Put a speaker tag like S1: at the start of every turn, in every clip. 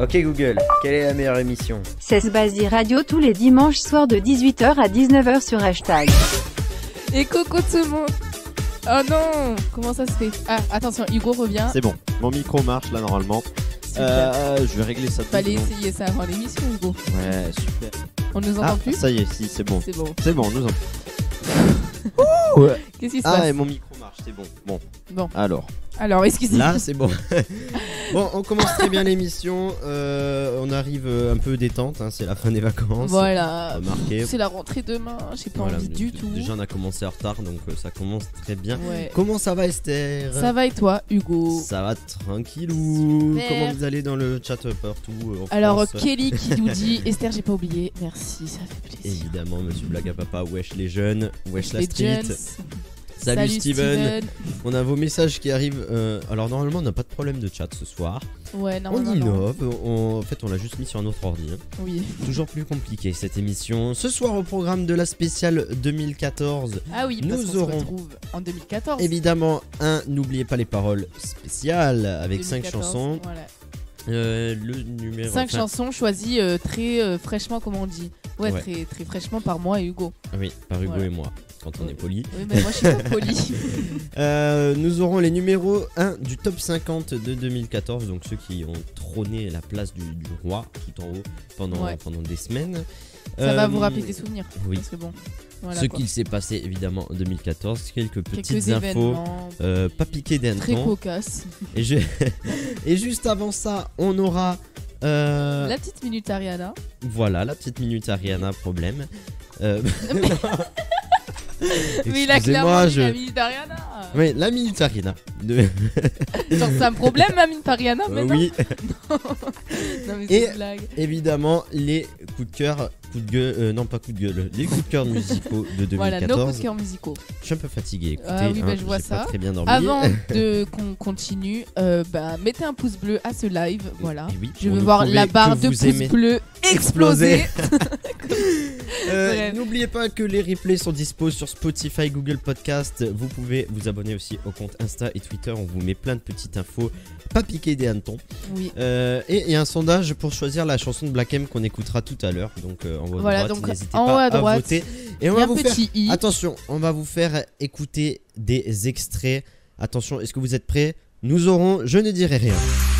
S1: Ok Google, quelle est la meilleure émission
S2: C'est Sbazi Radio tous les dimanches soirs de 18h à 19h sur hashtag.
S3: Et coucou tout le monde Oh non Comment ça se fait Ah, attention, Hugo revient.
S4: C'est bon, mon micro marche là normalement.
S3: Ah. Super.
S4: Euh, je vais régler ça. deux
S3: Fallait
S4: secondes.
S3: essayer ça avant l'émission, Hugo.
S4: Ouais, super.
S3: On nous entend
S4: Ah,
S3: plus
S4: ça y est, si, c'est bon.
S3: C'est bon.
S4: C'est bon, on nous en...
S3: Qu'est-ce qui se
S4: Ah,
S3: passe
S4: et mon micro marche, c'est bon. Bon,
S3: Bon,
S4: alors.
S3: alors, excusez-moi.
S4: Là, c'est bon. bon, on commence très bien l'émission. Euh, on arrive euh, un peu détente, hein, c'est la fin des vacances.
S3: Voilà.
S4: Remarquez.
S3: C'est la rentrée demain, j'ai pas
S4: Voilà,
S3: envie
S4: mais
S3: du
S4: d-
S3: tout.
S4: Déjà, on a commencé en retard, donc euh, ça commence très bien.
S3: Ouais.
S4: Comment ça va, Esther
S3: Ça va et toi, Hugo
S4: Ça va tranquillou.
S3: Super.
S4: Comment vous allez dans le chat euh, partout euh, en
S3: Alors,
S4: France
S3: Kelly qui nous dit Esther, j'ai pas oublié. Merci, ça fait plaisir.
S4: Évidemment, monsieur Blague à Papa, wesh les jeunes, wesh la
S3: Les
S4: street.
S3: Jones.
S4: Salut, Steven. On a vos messages qui arrivent. euh, alors, normalement, on n'a pas de problème de chat ce soir.
S3: Ouais,
S4: On
S3: normalement. non.
S4: innove. on- en fait, on l'a juste mis sur un autre ordi. hein.
S3: Oui.
S4: Toujours plus compliqué cette émission. Ce soir, au programme de la spéciale 2014,
S3: Ah oui, parce
S4: Nous
S3: qu'on se
S4: aurons- Eh
S3: retrouve en 2014.
S4: évidemment, un N'oubliez pas les paroles spéciales avec 5
S3: 2014,
S4: chansons.
S3: Voilà.
S4: Euh, le numéro.
S3: 5
S4: enfin,
S3: chansons choisies euh, très euh, fraîchement, comment on dit ouais,
S4: Ouais.
S3: Très, très fraîchement par moi et Hugo.
S4: Oui, par Hugo
S3: Voilà.
S4: et moi, quand on
S3: Oui.
S4: est poli.
S3: Oui, mais moi je suis pas poli.
S4: Euh, nous aurons les numéros 1 du top 50 de 2014, donc ceux qui ont trôné la place du, du roi tout en haut pendant,
S3: Ouais.
S4: pendant des semaines.
S3: Ça va
S4: Euh,
S3: vous rappeler des souvenirs.
S4: oui.
S3: Parce que bon, voilà
S4: ce
S3: quoi.
S4: qu'il s'est passé évidemment en 2014, quelques
S3: Quelques
S4: petites infos.
S3: événements
S4: euh, pas piquées d'un
S3: très
S4: temps.
S3: cocasses.
S4: Et, je- et juste avant ça, on aura. euh,
S3: La petite minute Ariana.
S4: Voilà, la petite minute Ariana, problème. Euh,
S3: Mais il a Ah,
S4: Excusez-moi,
S3: clairement dit
S4: je-
S3: la minute Ariana.
S4: Oui, la minute Ariana. De-
S3: Genre, c'est un problème la minute Ariana
S4: Euh,
S3: maintenant.
S4: oui,
S3: Non, mais c'est
S4: Et-
S3: une blague.
S4: évidemment, les coups de cœur, coups de gueule, euh, non pas coups de gueule, les coups de cœur musicaux de 2014.
S3: Voilà, nos coups de cœur musicaux.
S4: Je suis un peu fatigué, écoutez,
S3: Ah oui, bah,
S4: hein,
S3: je vois
S4: j'ai
S3: ça.
S4: pas très bien dormi. Euh,
S3: Avant de qu'on continue, euh, bah, mettez un pouce bleu à ce live. Voilà.
S4: Et oui,
S3: Je
S4: pour
S3: veux
S4: nous
S3: voir
S4: prouver
S3: la
S4: que
S3: barre de
S4: vous
S3: pouces
S4: aimez.
S3: bleus exploser.
S4: Euh,
S3: Bref.
S4: N'oubliez pas que les replays sont dispo sur Spotify, Google Podcast. Vous pouvez vous abonner aussi au compte Insta et Twitter. On vous met plein de petites infos, pas piquer des hannetons.
S3: oui.
S4: Euh, et il y a un sondage pour choisir la chanson de Black M qu'on écoutera tout à l'heure. Donc euh, en haut à
S3: Voilà,
S4: droite,
S3: donc,
S4: n'hésitez
S3: en
S4: pas
S3: haut à droite,
S4: voter. Et
S3: Il
S4: on
S3: y
S4: va
S3: a un
S4: vous faire.
S3: petit i.
S4: Attention, on va vous faire écouter des extraits. Attention, est-ce que vous êtes prêts Nous aurons. Je ne dirai rien.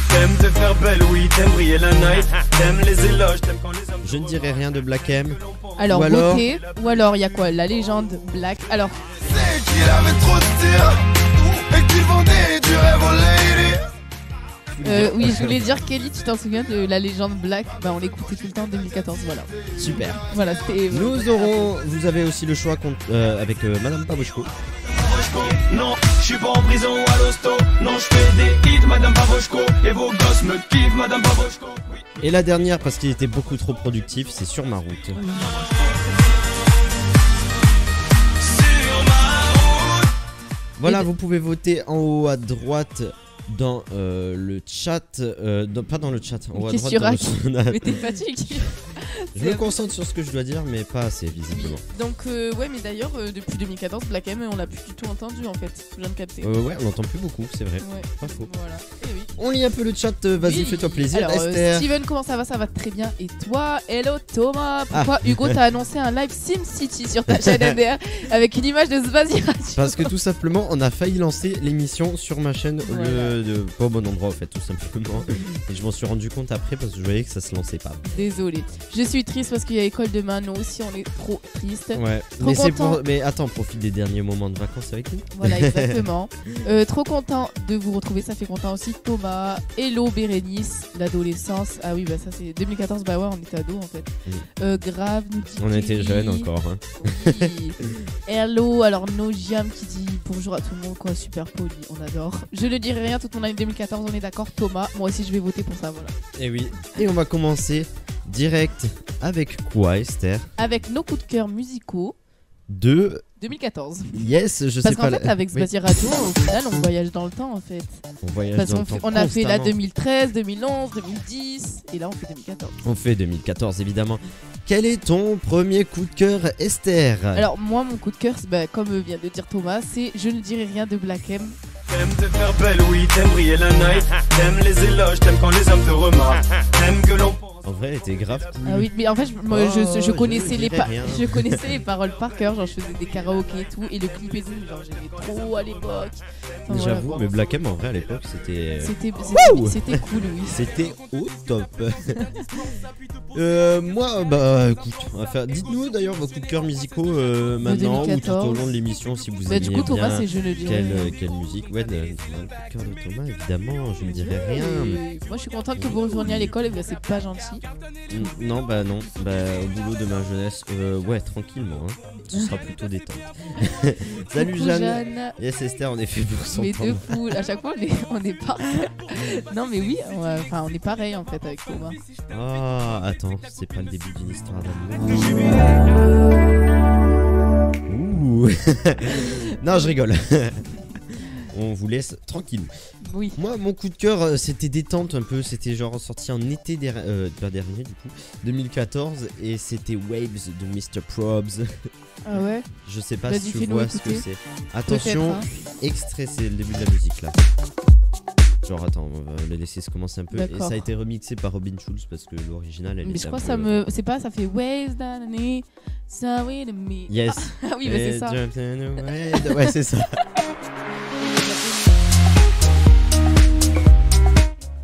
S5: T'aimes te faire belle, oui, t'aimes briller la night. T'aimes les éloges, t'aimes quand les hommes.
S4: Je ne dirai rien de Black M.
S3: Alors,
S4: Ou alors-
S3: beauté, ou alors il y a quoi La légende Black. Alors,
S5: Qu'il avait trop de tir et qu'il vendait du rêve aux ladies.
S3: euh, oui, je voulais dire, Kelly, tu t'en souviens de la légende Black Bah, on l'écoutait tout le temps en 2014, voilà.
S4: Super.
S3: Voilà, c'était. euh,
S4: Nous aurons, vous avez aussi le choix contre, euh, avec euh, Madame Pavoshko.
S5: Non, je suis pas en prison à l'hosto. Non, je fais des hits, Madame Pavoshko. Et vos gosses me kiffent, Madame Pavoshko. Oui.
S4: Et la dernière, parce qu'il était beaucoup trop productif, c'est sur ma route.
S5: Sur ma route.
S4: Voilà,
S3: Et-
S4: vous pouvez voter en haut à droite dans euh, le chat, euh, dans- pas dans le chat, en haut à
S3: Qu'est-ce
S4: droite
S3: que
S4: dans le
S3: tu
S4: sondage.
S3: Mais t'es fatigué.
S4: Je me concentre sur ce que je dois dire, mais pas assez visiblement.
S3: Donc, euh, ouais, mais d'ailleurs, euh, depuis 2014, Black M, on l'a plus du tout entendu en fait. Je viens de capter.
S4: Euh, ouais, on n'entend plus beaucoup, c'est vrai.
S3: Ouais,
S4: Pas faux.
S3: voilà. Et oui.
S4: On lit un peu le chat, euh, vas-y,
S3: Oui.
S4: fais-toi plaisir,
S3: Alors, euh,
S4: Esther.
S3: Steven, comment ça va Ça va très bien. Et toi Hello Thomas Pourquoi
S4: Ah.
S3: Hugo t'as annoncé un live SimCity sur ta chaîne MDR avec une image de Svazi Radio
S4: Parce que tout simplement, on a failli lancer l'émission sur ma chaîne au lieu de pas au bon endroit, en fait, tout simplement. Et je m'en suis rendu compte après parce que je voyais que ça se lançait pas.
S3: Désolé. Je suis triste parce qu'il y a école demain. Nous aussi, on est trop triste.
S4: Ouais.
S3: Trop
S4: Mais c'est
S3: content.
S4: pour. Mais attends, profite des derniers moments de vacances avec nous.
S3: Voilà, exactement. Euh, trop content de vous retrouver. Ça fait content aussi. Thomas, Hello Bérénice, l'adolescence. Ah oui, bah ça c'est 2014. Bah ouais, on était ado en fait.
S4: Oui.
S3: Euh, grave, nous dit
S4: Mm. On était
S3: Kelly.
S4: jeunes encore. Hein.
S3: Oui. Hello, alors Nojiam qui dit bonjour à tout le monde, quoi, super poli, on adore. Je ne dirai rien toute mon année 2014, on est d'accord, Thomas. Moi aussi, je vais voter pour ça, voilà.
S4: Et oui. Et on va commencer direct avec quoi, Esther
S3: Avec nos coups de cœur musicaux
S4: De
S3: 2014.
S4: Yes, je
S3: Parce
S4: sais pas.
S3: qu'en fait,
S4: la-
S3: avec
S4: Oui,
S3: Spazier Radio, au final, on voyage dans le temps, en fait.
S4: on voyage
S3: Parce
S4: dans
S3: qu'on
S4: le temps
S3: fait- on a fait la
S4: constamment.
S3: 2013, 2011, 2010, et là, on fait 2014.
S4: On fait 2014 évidemment. Quel est ton premier coup de cœur, Esther
S3: euh, Alors, moi, mon coup de cœur, c'est- bah, comme vient de dire Thomas, c'est Je ne dirai rien de Black M.
S5: T'aimes te faire belle, oui, t'aimes briller la night. T'aimes les éloges, t'aimes quand les hommes te remarquent. T'aimes que l'on pense.
S4: En vrai, elle était grave cool.
S3: Ah oui, mais en fait, je, moi, je-
S4: Mm. Oh,
S3: je,
S4: je
S3: connaissais
S4: ne
S3: les
S4: dirai
S3: pa-
S4: rien.
S3: je connaissais les paroles par cœur, genre je faisais des karaokés et tout, et le clip est venu, genre j'aimais trop à l'époque. Enfin, voilà,
S4: J'avoue,
S3: quoi.
S4: mais Black M en vrai à l'époque c'était.
S3: C'était
S4: Wouh
S3: c'était- c'était cool, oui.
S4: C'était au top. Euh, moi, bah écoute, on va faire. Dites-nous d'ailleurs vos coups de cœur musicaux euh, maintenant ou tout
S3: 2014.
S4: au long de l'émission si vous
S3: Bah,
S4: aimez
S3: du coup, Thomas,
S4: bien
S3: c'est je le dirai.
S4: quelle, euh, quelle musique. Ouais, de- le coup de cœur de Thomas, évidemment, je ne dirais rien.
S3: Et Moi, je suis contente que vous retourniez à l'école, et bien c'est pas gentil.
S4: Mm, Non, bah non, bah au boulot de ma jeunesse, euh, ouais, tranquillement, hein. ce sera plutôt détente. Salut
S3: Coucou,
S4: Jeanne. Yes, Esther, en effet, pour son
S3: Mais de fou, à chaque fois on est, on est pareil. non mais oui, on, va- enfin, on est pareil en fait avec Thomas.
S4: Ah, attends, c'est pas le début d'une histoire d'amour. Ouh. non, je rigole. On vous laisse tranquille.
S3: Oui.
S4: Moi, mon coup de cœur, euh, c'était détente un peu. C'était genre sorti en été der- euh, pas dernier, du coup, 2014, et c'était Waves de Mr. Probs.
S3: Ah ouais
S4: Je sais pas
S3: Vas-y,
S4: si tu
S3: fais-nous
S4: vois ce que
S3: écouter.
S4: c'est. Attention,
S3: Peut-être, hein.
S4: extrait, c'est le début de la musique là. Genre, attends, on va le laisser se commencer un peu. Et
S3: D'accord.
S4: ça a été remixé par Robin Schulz parce que l'original, elle
S3: Mais
S4: était
S3: je
S4: un
S3: crois que
S4: peu-
S3: ça me. C'est pas, ça fait Waves down on me, ça way to me.
S4: Yes.
S3: Ah oui, bah c'est ça.
S4: ça. Ouais, c'est ça.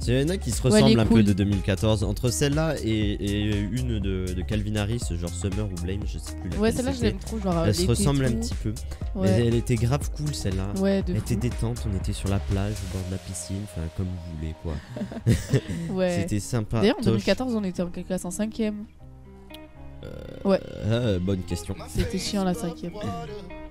S4: Il y en a qui se
S3: Ouais, elle est
S4: ressemblent un peu
S3: cool.
S4: de 2014. Entre celle-là et, et une de, de Calvin Harris, genre Summer ou Blame, je sais plus.
S3: Ouais,
S4: laquelle
S3: celle-là je
S4: c'était.
S3: l'aime trop, genre.
S4: Elle se
S3: l'été et
S4: ressemble un
S3: tout.
S4: petit peu. Mais
S3: Ouais,
S4: elle était grave cool celle-là.
S3: ouais de
S4: Elle était
S3: fou.
S4: détente, on était sur la plage, au bord de la piscine, enfin comme vous voulez quoi.
S3: Ouais.
S4: C'était sympa.
S3: D'ailleurs en
S4: Toche.
S3: 2014 on était en quelque classe en 5ème.
S4: Euh, bonne question.
S3: C'était chiant la 5ème.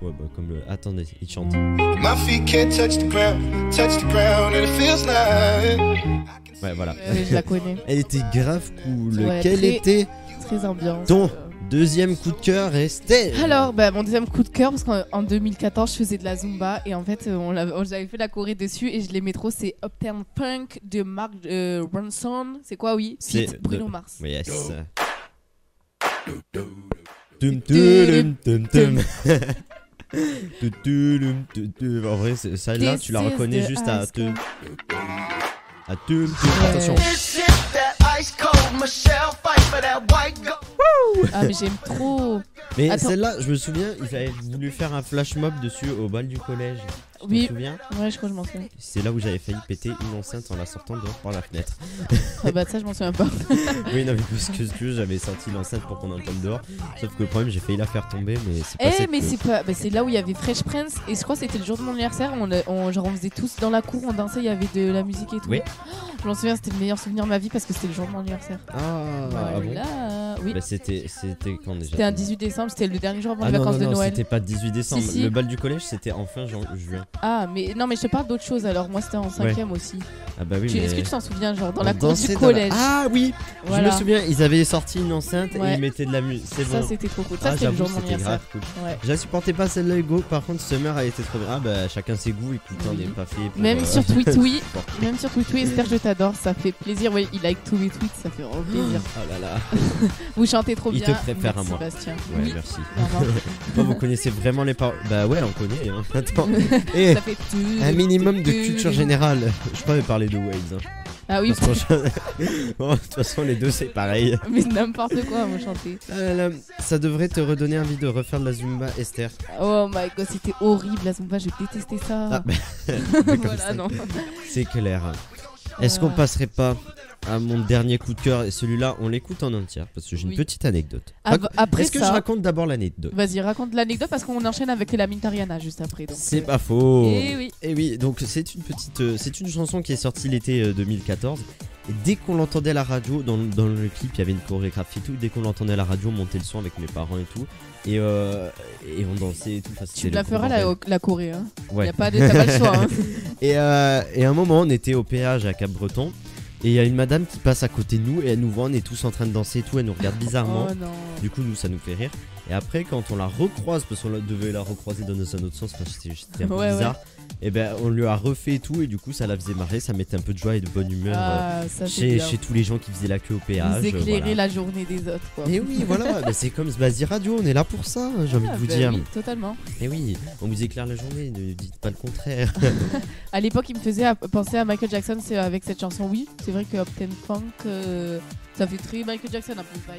S4: Ouais, bah comme le. Attendez, il chante.
S6: My feet can't touch the ground, touch the ground, and it feels nice.
S4: Ouais, voilà.
S3: je la connais.
S4: Elle était grave cool.
S3: Ouais,
S4: Quel
S3: très-
S4: était
S3: Très ambiance.
S4: Ton.
S3: euh.
S4: Deuxième coup de cœur, restait.
S3: Alors, bah, mon deuxième coup de cœur, parce qu'en en 2014, je faisais de la Zumba et en fait, euh, on l'avait- on- j'avais fait la choré dessus et je l'aimais trop. C'est Uptown Punk de Mark euh, Ronson. C'est quoi, oui
S4: C'est
S3: Feat Bruno
S4: de-
S3: Mars.
S4: Oui, yes. Tum, tulum, tum, tum. Tu, tulum, tu, tu. En vrai, c'est- celle-là, tu la
S3: This is
S4: reconnais
S3: the
S4: juste à
S3: ice
S4: te.
S3: cold.
S4: À tum, tum. Attention.
S3: Ah, mais j'aime trop.
S4: Mais
S3: Attends.
S4: celle-là, je me souviens, ils avaient voulu faire un flash mob dessus au bal du collège. Je me
S3: Oui,
S4: souviens.
S3: ouais, je crois que je m'en souviens.
S4: C'est là où j'avais failli péter une enceinte en la sortant dehors par la fenêtre.
S3: Ah, bah, ça, je m'en souviens pas.
S4: Oui, non, mais parce que, si tu veux, j'avais sorti l'enceinte pour qu'on entende dehors. Sauf que le problème, j'ai failli la faire tomber, mais c'est
S3: Eh,
S4: passé
S3: mais
S4: que-
S3: c'est pas. bah, c'est là où il y avait Fresh Prince et je crois que c'était le jour de mon anniversaire. On, l'a- on- genre, on faisait tous dans la cour, on dansait, il y avait de la musique et tout.
S4: Oui.
S3: Oh, Je m'en souviens, c'était le meilleur souvenir de ma vie parce que c'était le jour de mon anniversaire.
S4: Ah, ah bon
S3: Voilà. Oui.
S4: Bah, c'était, c'était quand déjà
S3: C'était un 18 décembre, c'était le dernier jour avant
S4: Ah
S3: les
S4: non,
S3: vacances
S4: non, non,
S3: de Noël.
S4: c'était pas 18 décembre.
S3: Si, si.
S4: Le bal du collège, c'était en fin jan- juin.
S3: Ah, mais non, mais je te parle d'autre chose alors. Moi, c'était en cinquième aussi.
S4: Ah bah oui,
S3: Tu-
S4: mais...
S3: Est-ce que tu t'en souviens, genre dans
S4: On
S3: la cour
S4: dansait
S3: du
S4: dans la-
S3: collège
S4: Ah oui,
S3: Voilà.
S4: je me souviens, ils avaient sorti une enceinte et
S3: Ouais.
S4: ils mettaient de la musique. C'est
S3: Ça,
S4: bon.
S3: c'était trop cool. Ça,
S4: ah,
S3: c'était le
S4: j'avoue,
S3: jour de mon
S4: c'était
S3: anniversaire.
S4: grave cool.
S3: Ouais.
S4: Je la supportais pas celle-là, Hugo. Par contre, Summer, elle était trop bien. Ah bah, chacun ses goûts, écoute, on
S3: Oui.
S4: n'est pas fait pour,
S3: Même
S4: euh,
S3: sur Tweet, oui.
S4: bon.
S3: Même sur Tweet, oui, Esther, je t'adore. Ça fait plaisir. Oui, il like tous mes tweets, ça fait vraiment plaisir.
S4: Oh là là.
S3: Vous chantez trop
S4: Il
S3: bien.
S4: te préfère
S3: Merci,
S4: à moi.
S3: Bastien.
S4: Ouais,
S3: Oui.
S4: merci.
S3: vraiment.
S4: Oh, vous connaissez vraiment les paroles Bah ouais, on connaît. Hein. Attends. Et
S3: ça fait tout.
S4: un minimum de culture générale. Je peux parler de Waves. Hein.
S3: Ah oui,
S4: Parce qu'on chante- Bon, de toute façon, les deux, c'est pareil.
S3: mais n'importe quoi, moi chanter.
S4: Ah là là, ça devrait te redonner envie de refaire de la Zumba, Esther.
S3: Oh my god, c'était horrible la Zumba, je détestais ça.
S4: Ah, bah,
S3: voilà, non.
S4: c'est clair. Est-ce qu'on
S3: Ah.
S4: passerait pas à mon dernier coup de cœur Et celui-là, on l'écoute en entière parce que j'ai
S3: Oui.
S4: une petite anecdote.
S3: Av-
S4: Raco-
S3: Après
S4: Est-ce que
S3: ça,
S4: je raconte d'abord l'anecdote
S3: Vas-y, raconte l'anecdote parce qu'on enchaîne avec la Mintariana juste après. donc. euh,
S4: C'est pas faux.
S3: Eh oui.
S4: Eh oui, donc c'est une petite, euh, c'est une chanson qui est sortie l'été euh, 2014. Et dès qu'on l'entendait à la radio, dans, le- dans le clip, il y avait une chorégraphie et tout. Dès qu'on l'entendait à la radio, on montait le son avec mes parents et tout. Et, euh, et on dansait et tout. Enfin,
S3: Tu
S4: c'était
S3: la
S4: le
S3: feras
S4: contemporain.
S3: la, la Corée. Hein.
S4: Ouais.
S3: Y a pas de, t'as pas le choix. Hein.
S4: Et, euh, et à un moment, on était au péage à Cap-Breton. Et il y a une madame qui passe à côté de nous et elle nous voit, on est tous en train de danser et tout. Elle nous regarde bizarrement.
S3: Oh non.
S4: Du coup, nous, ça nous fait rire. Et après, quand on la recroise, parce qu'on la- devait la recroiser dans un autre sens, parce que c'était c'était un peu
S3: Ouais, ouais.
S4: bizarre, Et ben on lui a refait et tout et du coup ça la faisait marrer, ça mettait un peu de joie et de bonne humeur euh,
S3: Ah, ça c'est
S4: chez,
S3: bien.
S4: chez tous les gens qui faisaient la queue au péage.
S3: Vous
S4: euh,
S3: éclairez
S4: voilà.
S3: la journée des autres, quoi.
S4: Mais oui, voilà, bah, c'est comme Sbazi Radio, on est là pour ça, hein, j'ai envie de
S3: Ah,
S4: vous
S3: bah
S4: dire.
S3: oui, totalement.
S4: Mais oui, on vous éclaire la journée, ne dites pas le contraire.
S3: À l'époque, il me faisait à- penser à Michael Jackson c'est avec cette chanson. Oui, c'est vrai que Uptown Funk, euh, ça fait très Michael Jackson un peu le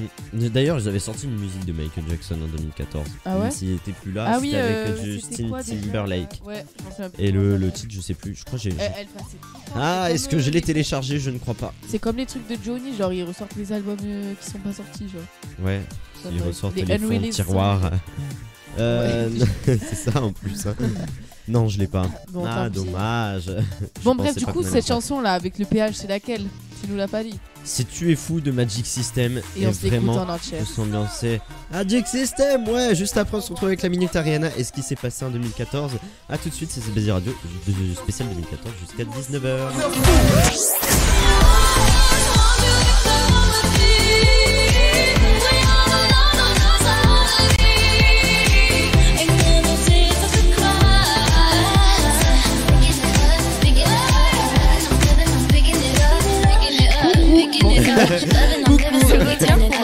S3: vibe.
S4: Mm. D'ailleurs, j'avais sorti une musique de Michael Jackson en 2014.
S3: Ah
S4: Même
S3: ouais
S4: S'il était plus là,
S3: Ah
S4: c'était
S3: oui, euh,
S4: avec euh,
S3: c'était
S4: Justin
S3: quoi déjà Euh,
S4: Timberlake.
S3: Ouais, je m'en souviens plus
S4: Et
S3: comment
S4: le,
S3: ça
S4: le
S3: s'appelle.
S4: titre, je sais plus, je crois que j'ai.
S3: Elle- elle passait tout le temps,
S4: Ah,
S3: c'est
S4: est-ce
S3: comme,
S4: que je
S3: euh,
S4: l'ai téléchargé Je ne crois pas.
S3: C'est comme les trucs de Johnny, genre ils ressortent les albums euh, qui sont pas sortis, genre.
S4: Ouais,
S3: Ça
S4: ils
S3: doit-
S4: ressortent
S3: les
S4: les fonds de
S3: unreleased hein.
S4: tiroir. Euh,
S3: Ouais.
S4: non, c'est ça en plus. hein. Non, je l'ai pas.
S3: Bon,
S4: ah,
S3: tant pis.
S4: dommage. Je
S3: Bon, bref,
S4: pensais
S3: du
S4: pas
S3: coup,
S4: qu'on allait
S3: cette
S4: faire.
S3: chanson là avec le péage, c'est laquelle Tu nous l'as pas dit.
S4: C'est Tu es fou de Magic System.
S3: Et on se l'écoute
S4: vraiment,
S3: en entière.
S4: peut s'ambiancer. Magic System, ouais, juste après, on se retrouve avec la Minute Ariana et ce qui s'est passé en 2014. A tout de suite, c'est Baiser Radio, de- spécial 2014 jusqu'à 19h.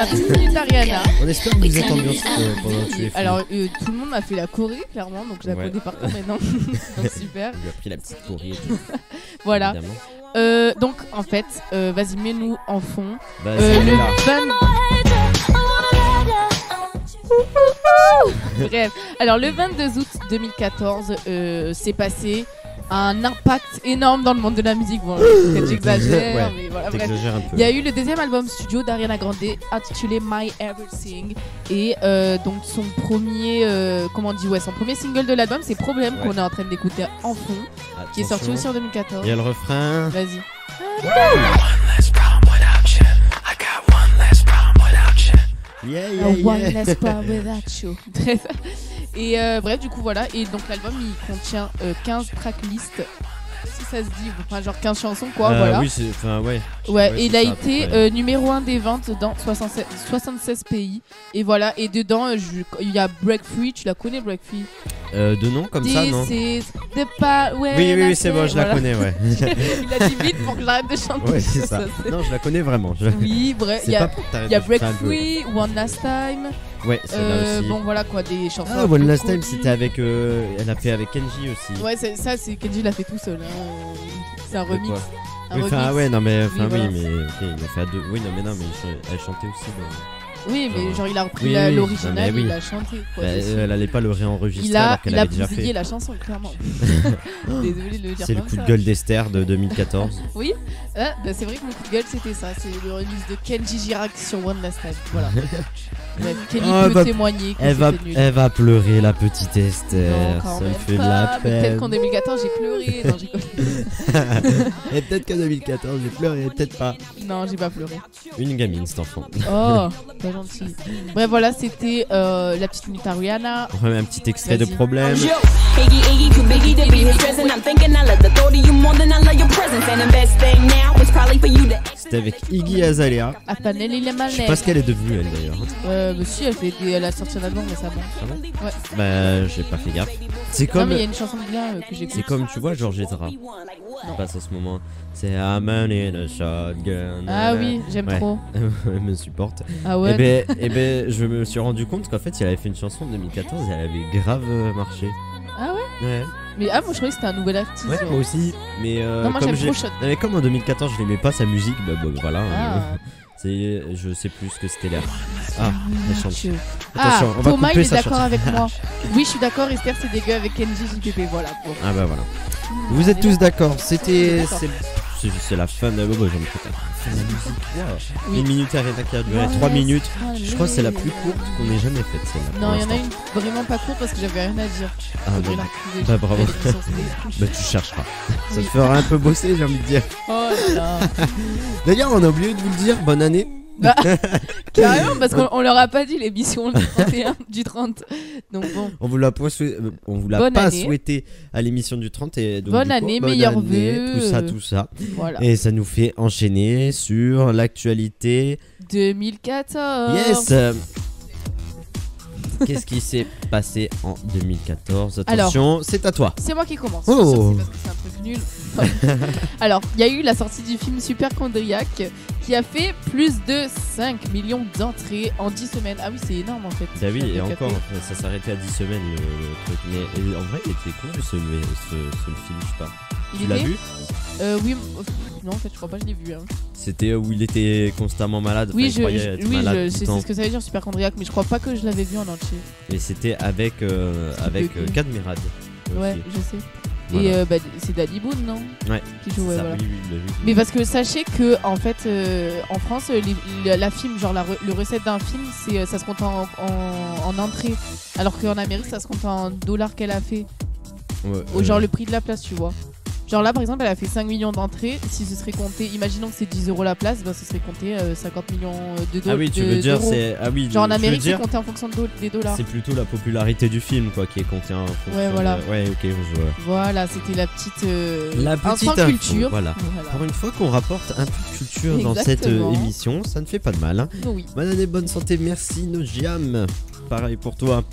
S3: Ah, C'est Ariana.
S4: On espère que vous êtes ambiance pendant que Oh, Tu es fou.
S3: Alors, euh, tout le monde m'a fait la choré, clairement, donc je la
S4: Ouais.
S3: connais par cœur maintenant. donc, super.
S4: on lui a pris la petite courrier. et tout,
S3: Voilà.
S4: évidemment.
S3: Euh, donc, en fait, euh, vas-y, mets-nous en fond.
S4: Vas-y,
S3: Euh,
S4: elle est Bah, là.
S3: le 20 Bref, alors le 22 août 2014, euh, s'est passé un impact énorme dans le monde de la musique. Bon, peut-être j'exagère,
S4: Ouais,
S3: mais voilà, Ah, bref.
S4: T'exagères un peu.
S3: Il y a eu le deuxième album studio d'Ariana Grande intitulé My Everything et euh, donc son premier euh, comment on dit ouais son premier single de l'album c'est Problème
S4: Ouais.
S3: qu'on est en train d'écouter en fond qui est sorti aussi en 2014.
S4: Il y a le refrain.
S3: Vas-y.
S4: Yeah,
S3: A
S4: yeah,
S3: One
S4: yeah.
S3: less bar without you. Bref. Et euh, bref, du coup, voilà. Et donc, l'album il contient euh, 15 tracklists. Si ça se dit, enfin, genre 15 chansons, quoi.
S4: Euh,
S3: voilà.
S4: Oui, c'est. Enfin, ouais.
S3: ouais,
S4: ouais,
S3: et il
S4: c'est
S3: a
S4: ça, à peu
S3: été
S4: près.
S3: euh, numéro 1 des ventes dans 76, 76 pays. Et voilà. Et dedans, euh, je- il y a Break Free. Tu la connais, Break Free
S4: Euh, de nom comme ça, non
S3: This is the part where
S4: Oui, oui,
S3: I
S4: oui, c'est bon,
S3: say-
S4: je la
S3: voilà.
S4: connais, ouais.
S3: il a dit vite pour que j'arrête de chanter.
S4: Ouais, c'est ça.
S3: c'est-
S4: Non, je la connais vraiment. je-
S3: Oui, bref. Il
S4: C'est
S3: y
S4: pas
S3: a,
S4: pour que t'arrêtes
S3: il y a
S4: de-
S3: Break
S4: enfin, un peu.
S3: Free, One Last Time.
S4: Ouais, celle-là
S3: Euh,
S4: aussi.
S3: bon, voilà quoi, des chansons.
S4: Ah,
S3: un peu
S4: One Last Time,
S3: connues.
S4: c'était avec. euh, Elle a fait avec Kenji aussi.
S3: Ouais, c'est- ça, c'est Kenji l'a fait tout seul. hein. C'est un
S4: De
S3: remix.
S4: quoi
S3: Un
S4: Oui,
S3: remix.
S4: Enfin, ah ouais, non, mais. Enfin,
S3: Oui,
S4: oui, mais. Ok, il a fait à deux. Oui, non, mais non, mais je- elle chantait aussi. dans-
S3: Oui, mais
S4: Genre,
S3: genre, il a repris
S4: Ah oui,
S3: la-
S4: oui, bah
S3: l'original,
S4: oui.
S3: il l'a chanté. quoi,
S4: Bah,
S3: c'est sûr.
S4: Elle allait pas le
S3: il
S4: réenregistrer
S3: a,
S4: alors
S3: il
S4: qu'elle
S3: a
S4: avait déjà
S3: bousillé
S4: fait.
S3: la chanson, clairement. Désolé de le dire
S4: C'est le
S3: comme
S4: coup de
S3: ça.
S4: gueule d'Esther de 2014.
S3: Oui, Ah, bah, c'est vrai que mon coup de gueule, c'était ça. C'est le remix de Kenji Girac sur One Last Time. Voilà. Bref, Kenny
S4: Oh, elle
S3: peut
S4: va-
S3: témoigner que
S4: Elle va,
S3: c'était nul.
S4: elle va pleurer la petite
S3: Non,
S4: Esther,
S3: quand
S4: ça me
S3: même
S4: fait de
S3: pas,
S4: la
S3: mais Peut-être qu'en
S4: peine.
S3: 2014 j'ai pleuré. Non, je rigole.
S4: Et peut-être qu'en 2014 j'ai pleuré, peut-être pas.
S3: Non, j'ai pas pleuré.
S4: Une gamine cet enfant.
S3: Oh, pas gentil. Bref, voilà, c'était euh, la petite minute à Rihanna.
S4: On remet un petit extrait de
S3: Vas-y.
S4: problème.
S7: Yo, Iggy, Iggy, too biggie to be his present. I'm thinking I love the thought of you more than I love your presence. And the best thing now is probably for you to.
S4: C'était avec Iggy Azalea.
S3: Apanel il est mal
S4: Je sais pas ce qu'elle est devenue elle d'ailleurs.
S3: Euh, bah si, elle, fait des- elle a sorti un album récemment. Ouais.
S4: Bah j'ai pas fait gaffe. C'est
S3: Non,
S4: Ah comme,
S3: mais il y a une chanson de là euh, que j'écoute.
S4: c'est comme tu vois Georges Ezra. On passe à ce moment. C'est I'm an in a shotgun.
S3: Ah oui, j'aime
S4: Ouais.
S3: trop.
S4: Elle me supporte.
S3: Ah ouais.
S4: Et ben, eh ben, je me suis rendu compte qu'en fait, il avait fait une chanson en 2014 et elle avait grave euh, marché.
S3: Ah
S4: Ouais.
S3: Mais ah, moi je croyais que c'était un nouvel artiste.
S4: Ouais,
S3: genre.
S4: moi aussi. Mais, euh,
S3: Non, moi, j'aime
S4: comme j'ai-
S3: trop Shot.
S4: Non, mais comme en 2014, je n'aimais pas sa musique, bah, bah, voilà.
S3: Ah.
S4: euh, c'est, je sais plus ce que c'était là. Ah, elle chante.
S3: Je- Ah,
S4: Attention, on va
S3: Thomas il
S4: couper
S3: est
S4: sa chanson.
S3: d'accord avec moi. Oui, je suis d'accord, Esther c'est dégueu avec Kenji JPP. Voilà. Bon.
S4: Ah bah voilà. Vous êtes tous d'accord. C'était,
S3: D'accord.
S4: c'est, c'est, c'est la fin de la bobo, j'aime trop. C'est la musique. Wow.
S3: Oui.
S4: Une minute arrêtée qui a duré
S3: Ouais.
S4: 3 minutes.
S3: Ah,
S4: Je crois que c'est la
S3: mais-
S4: plus courte qu'on ait jamais faite. celle-là, pour
S3: Non, il y en a
S4: l'instant.
S3: une vraiment pas courte parce que j'avais rien à dire.
S4: Ah,
S3: Faudrait
S4: bon.
S3: la retrouver.
S4: Bah, bravo.
S3: Elle est sur Spotify.
S4: Bah tu chercheras. Ça
S3: Oui.
S4: te fera un peu bosser, j'ai envie de dire.
S3: Oh là là.
S4: D'ailleurs, on a oublié de vous le dire, bonne année.
S3: Carrément, parce qu'on on leur a pas dit l'émission du 31, du 30. Donc bon,
S4: On vous l'a pas, sou- euh, on vous l'a
S3: Bonne
S4: pas
S3: année.
S4: souhaité à l'émission du 30 et donc
S3: Bonne
S4: du coup,
S3: année,
S4: bonne
S3: meilleurs
S4: année,
S3: vœux.
S4: tout ça, tout ça.
S3: voilà.
S4: Et ça nous fait enchaîner
S3: Oh.
S4: sur l'actualité.
S3: 2014.
S4: Yes. Qu'est-ce qui s'est passé en 2014 Attention, c'est à toi.
S3: C'est moi qui commence.
S4: Oh.
S3: bien sûr, C'est parce que c'est un truc nul. Alors, il y a eu la sortie du film Super qui a fait plus de 5 millions d'entrées en 10 semaines. Ah oui, c'est énorme en fait.
S4: Bah oui, et
S3: Supercondriac.
S4: encore, ça s'arrêtait à 10 semaines le, le truc. Mais et en vrai, il était cool ce, mais- ce- ce film, je sais pas.
S3: Il
S4: Tu l'as
S3: était-
S4: vu
S3: Euh, Oui, euh, non, en fait, je crois pas, je l'ai vu. hein.
S4: C'était où il était constamment malade.
S3: Oui,
S4: enfin,
S3: je,
S4: il croyait
S3: je-
S4: être
S3: oui,
S4: malade
S3: je-
S4: tout le
S3: c'est
S4: temps.
S3: c'est ce que ça veut dire Super mais je crois pas que je l'avais vu en entier.
S4: Et c'était avec, euh,
S3: Steve
S4: avec euh,
S3: Buscemi.
S4: Cadmerade. aussi.
S3: Ouais, je sais.
S4: Voilà.
S3: Et euh, bah, c'est Danny Boone, non
S4: Ouais,
S3: Qui
S4: C'est
S3: jouait,
S4: ça,
S3: voilà.
S4: oui, oui, il l'a vu.
S3: Mais parce que sachez que en fait euh, en France euh, les- la, la film genre la re- le recette d'un film c'est euh, ça se compte en, en, en entrée alors qu'en Amérique ça se compte en dollars qu'elle a fait
S4: Ouais,
S3: ou
S4: euh,
S3: genre le prix de la place tu vois. Genre là par exemple elle a fait 5 millions d'entrées si ce serait compté imaginons que c'est 10 euros la place bah ce serait compté euh, 50 millions de dollars.
S4: Ah oui, tu veux dire, c'est. Ah oui,
S3: genre en
S4: tu veux
S3: Amérique c'est
S4: dire,
S3: compté en fonction de do- des dollars.
S4: c'est plutôt la popularité du film quoi qui est comptée en fonction
S3: Ouais, voilà.
S4: de- euh, Ouais, ok, je vois.
S3: Voilà c'était la petite euh,
S4: La
S3: instant
S4: petite info,
S3: culture.
S4: voilà.
S3: Voilà.
S4: Pour une fois qu'on rapporte un peu de culture dans cette euh,
S3: Exactement.
S4: émission, ça ne fait pas de mal. hein.
S3: Oui.
S4: Bonne année, bonne santé, merci Nojiam. Pareil pour toi.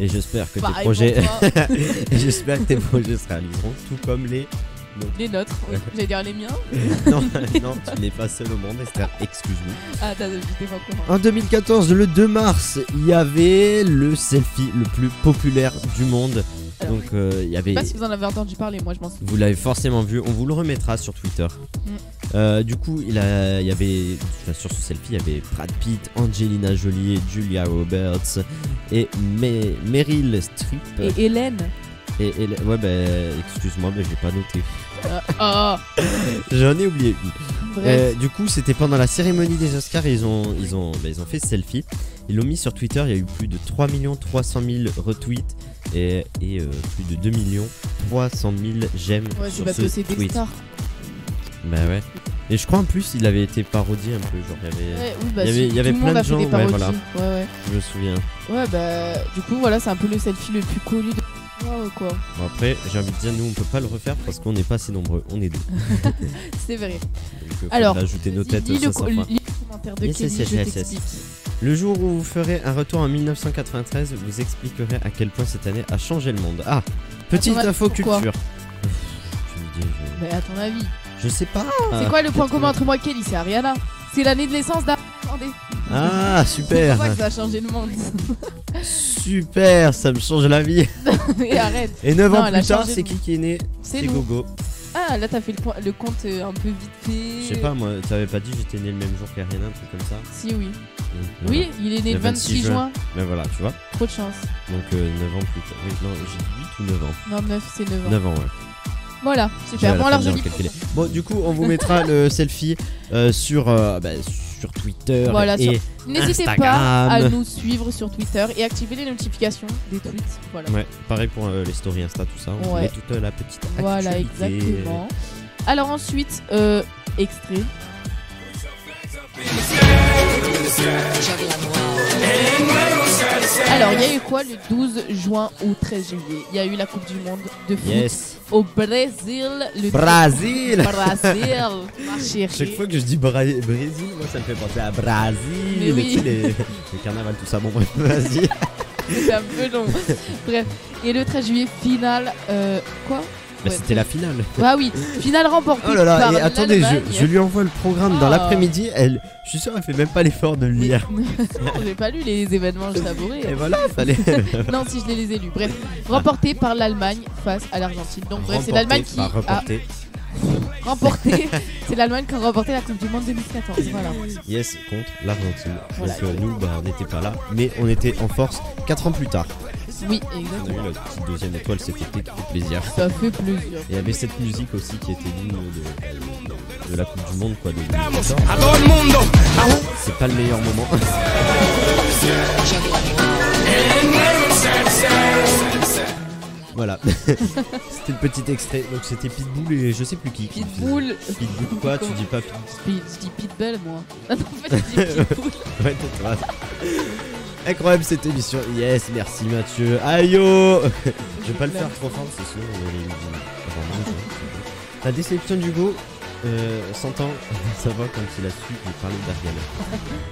S4: Et, et j'espère que tes
S3: Pareil
S4: projets,
S3: pour toi.
S4: et j'espère que tes projets se réaliseront, tout comme les.
S3: les nôtres, oui. j'allais dire les miens.
S4: Non, non, tu n'es pas seul au monde, Esther. Excuse-moi.
S3: Ah, t'as j'étais pas au courant.
S4: En 2014, le 2 mars, il y avait le selfie le plus populaire du monde.
S3: Alors,
S4: Donc euh, il y avait.
S3: Je sais pas si vous en avez entendu parler, moi je m'en souviens.
S4: Vous l'avez forcément vu, on vous le remettra sur Twitter.
S3: Mm.
S4: Euh, du coup, il, a- il y avait enfin, sur ce selfie, il y avait Brad Pitt, Angelina Jolie, Julia Roberts et Me- Meryl Streep. Et,
S3: Et Hélène
S4: et- ouais, bah, excuse-moi, mais j'ai pas noté.
S3: Ah
S4: J'en ai oublié une.
S3: Bref,
S4: Euh, du coup, c'était pendant la cérémonie des Oscars et ils ont, ils ont, bah, ils ont fait ce selfie. Ils l'ont mis sur Twitter, il y a eu plus de 3 300 000 retweets et, et, euh, plus de 2 300 000 j'aime
S3: ouais, c'est
S4: sur
S3: parce
S4: ce
S3: que c'est des
S4: tweet.
S3: stars.
S4: Bah ouais. Et je crois en plus il avait été parodié un peu, genre il y avait,
S3: Ouais, oui, bah,
S4: Il y
S3: si,
S4: avait- il y avait
S3: tout le
S4: plein
S3: monde
S4: de
S3: a fait des
S4: gens, ouais,
S3: parodies.
S4: voilà.
S3: ouais,
S4: je me souviens.
S3: ouais. Ouais, bah, du coup, voilà, c'est un peu le selfie le plus connu de. Waouh, quoi.
S4: Bon après, j'ai envie de dire nous on peut pas le refaire parce qu'on n'est pas assez nombreux, on est deux. Donc
S3: C'est vrai.
S4: euh, faut
S3: Alors,
S4: ajouter nos
S3: Vas-y,
S4: têtes
S3: lis le,
S4: ça
S3: co-
S4: sera
S3: lis le commentaire de
S4: Yes,
S3: Kelly,
S4: yes, yes,
S3: je
S4: yes, yes.
S3: t'explique.
S4: Le jour où vous ferez un retour en 1993, vous expliquerez à quel point cette année a changé le monde. Ah, petite
S3: Attends,
S4: info
S3: pourquoi
S4: culture. Pff, j'ai une idée,
S3: Mais à ton avis,
S4: je... je sais pas.
S3: c'est quoi le point commun
S4: comment
S3: entre moi et Kelly C'est Ariana. C'est l'année de naissance d'Ariana. Attendez,
S4: Ah,
S3: c'est pour ça que
S4: super.
S3: ça a changé le monde.
S4: Super, ça me change la vie.
S3: Et arrête.
S4: Et 9
S3: Non,
S4: ans
S3: elle a
S4: plus tard,
S3: changé
S4: c'est
S3: de-
S4: qui qui est né
S3: C'est
S4: C'est
S3: nous.
S4: Gogo.
S3: Ah, là, t'as fait le, point- le compte euh, un peu vite fait.
S4: Je sais pas, moi, t'avais pas dit j'étais né le même jour qu'Ariana, un truc comme ça
S3: Si, oui.
S4: Donc,
S3: Oui, il est né
S4: Le
S3: le 26
S4: 26
S3: juin.
S4: voilà. Ben voilà, tu vois.
S3: Trop de chance.
S4: Donc euh, 9 ans plus tard. Oui, non, j'ai dit 8 ou 9 ans
S3: Non, 9, c'est 9 ans.
S4: 9 ans, ouais.
S3: Voilà,
S4: J'ai à
S3: super.
S4: la
S3: Bon,
S4: fin
S3: alors
S4: de
S3: je
S4: l'avoir
S3: lis.
S4: calculé. Bon, du coup, on vous mettra le selfie euh, sur, euh, bah, sur Twitter.
S3: Voilà,
S4: et...
S3: N'hésitez pas
S4: Instagram.
S3: à nous suivre sur Twitter et activer les notifications des tweets. Voilà,
S4: Ouais, pareil pour euh, les stories Insta, tout ça. On
S3: Ouais.
S4: met toute euh, la petite actualité.
S3: voilà exactement. Alors ensuite, euh, extrait. Alors, il y a eu quoi le 12 juin au 13 juillet Il y a eu la Coupe du Monde de foot
S4: Yes.
S3: au Brésil. Le
S4: Brésil
S3: Brésil, ma chérie.
S4: Chaque fois que je dis Bra- Brésil, moi ça me fait penser à Brésil.
S3: Mais oui.
S4: Tu sais, les, les carnavals, tout ça. Bon, bref, vas-y.
S3: C'est un peu long. Bref. Et le 13 juillet, finale. euh, quoi
S4: Bah,
S3: Ouais,
S4: c'était la finale.
S3: Ah oui, finale remportée.
S4: Oh là là,
S3: par
S4: et attendez, je,
S3: l'Allemagne.
S4: je lui envoie le programme
S3: Ah.
S4: dans l'après-midi. Elle, je suis sûr, elle fait même pas l'effort de le lire.
S3: J'ai pas lu les événements, je
S4: Et
S3: t'avouerai.
S4: voilà, fallait.
S3: Non, si je les ai lus. Bref, remportée par l'Allemagne face à l'Argentine. Donc, bref, c'est l'Allemagne qui
S4: Pas
S3: a
S4: remporté.
S3: remporté. c'est l'Allemagne qui a remporté la Coupe du Monde 2014. Voilà.
S4: Yes contre l'Argentine.
S3: Voilà.
S4: Donc euh, nous, bah, on n'était pas là, mais on était en force 4 ans plus tard.
S3: Oui,
S4: On a eu
S3: exactement.
S4: la petite deuxième étoile cet été qui fait plaisir.
S3: Ça fait plaisir.
S4: Et il y avait cette musique aussi qui était l'hymne de, de la Coupe du Monde, quoi. De 2014.
S5: A todo el mundo.
S4: C'est pas le meilleur moment. voilà. c'était le petit extrait. Donc c'était Pitbull et je sais plus qui. qui faisait.
S3: Pitbull.
S4: Pitbull quoi Tu dis pas Pitbull.
S3: Pit- Je dis Pitbull, moi. Non, en fait, je dis Pitbull.
S4: Ouais, t'es toi. Incroyable cette émission. Yes, merci Mathieu. Aïe oh Je vais pas le faire trop fort parce que sinon on va les- Enfin, non, je- La hein. déception d'Hugo, euh, 100 ans, ça va quand il a su que je parlais d'Ariana.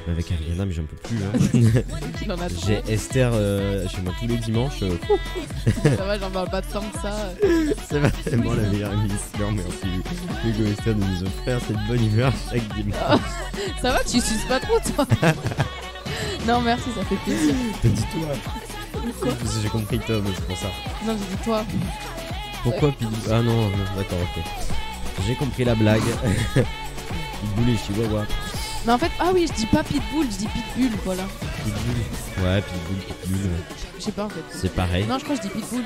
S4: Mais Avec Ariana, mais j'en peux plus. hein.
S3: Il en a trop.
S4: J'ai Esther euh, chez moi tous les dimanches. euh,
S3: Ça va, j'en parle pas tant que ça.
S4: C'est vraiment la meilleure émission, merci. Hugo Esther de nous offrir cette bonne humeur chaque dimanche.
S3: Ça va, tu suces pas trop, toi Non, merci, ça fait plaisir.
S4: T'as dit toi Parce que J'ai compris Tom, c'est pour ça.
S3: Non, j'ai dit toi.
S4: Pourquoi Pidou Ah non, non, d'accord, ok. J'ai compris la blague. Pitbull et Chihuahua.
S3: Mais en fait, ah oui, je dis pas pitbull, je dis pitbull, voilà.
S4: Pitbull. Ouais, Pitbull, Pitbull. ouais.
S3: Je sais pas, en fait.
S4: C'est pareil.
S3: Non, je crois que je dis pitbull.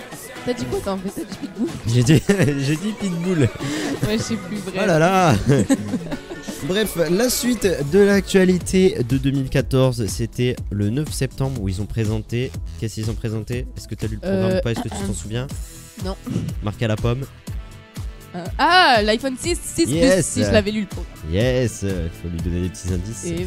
S3: T'as dit quoi, toi, en fait T'as dit pitbull
S4: J'ai dit, j'ai dit Pitbull.
S3: Ouais, je sais plus, bref.
S4: Oh là là Bref, la suite de l'actualité de 2014, c'était le 9 septembre où ils ont présenté. Qu'est-ce qu'ils ont présenté Est-ce que t'as lu le programme
S3: Euh,
S4: ou pas Est-ce que tu t'en souviens
S3: Non.
S4: Marque à la pomme.
S3: Euh, Ah, l'iPhone 6, 6
S4: Yes.
S3: plus 6, je l'avais lu le pro.
S4: Yes Il faut lui donner des petits indices.
S3: Et oui.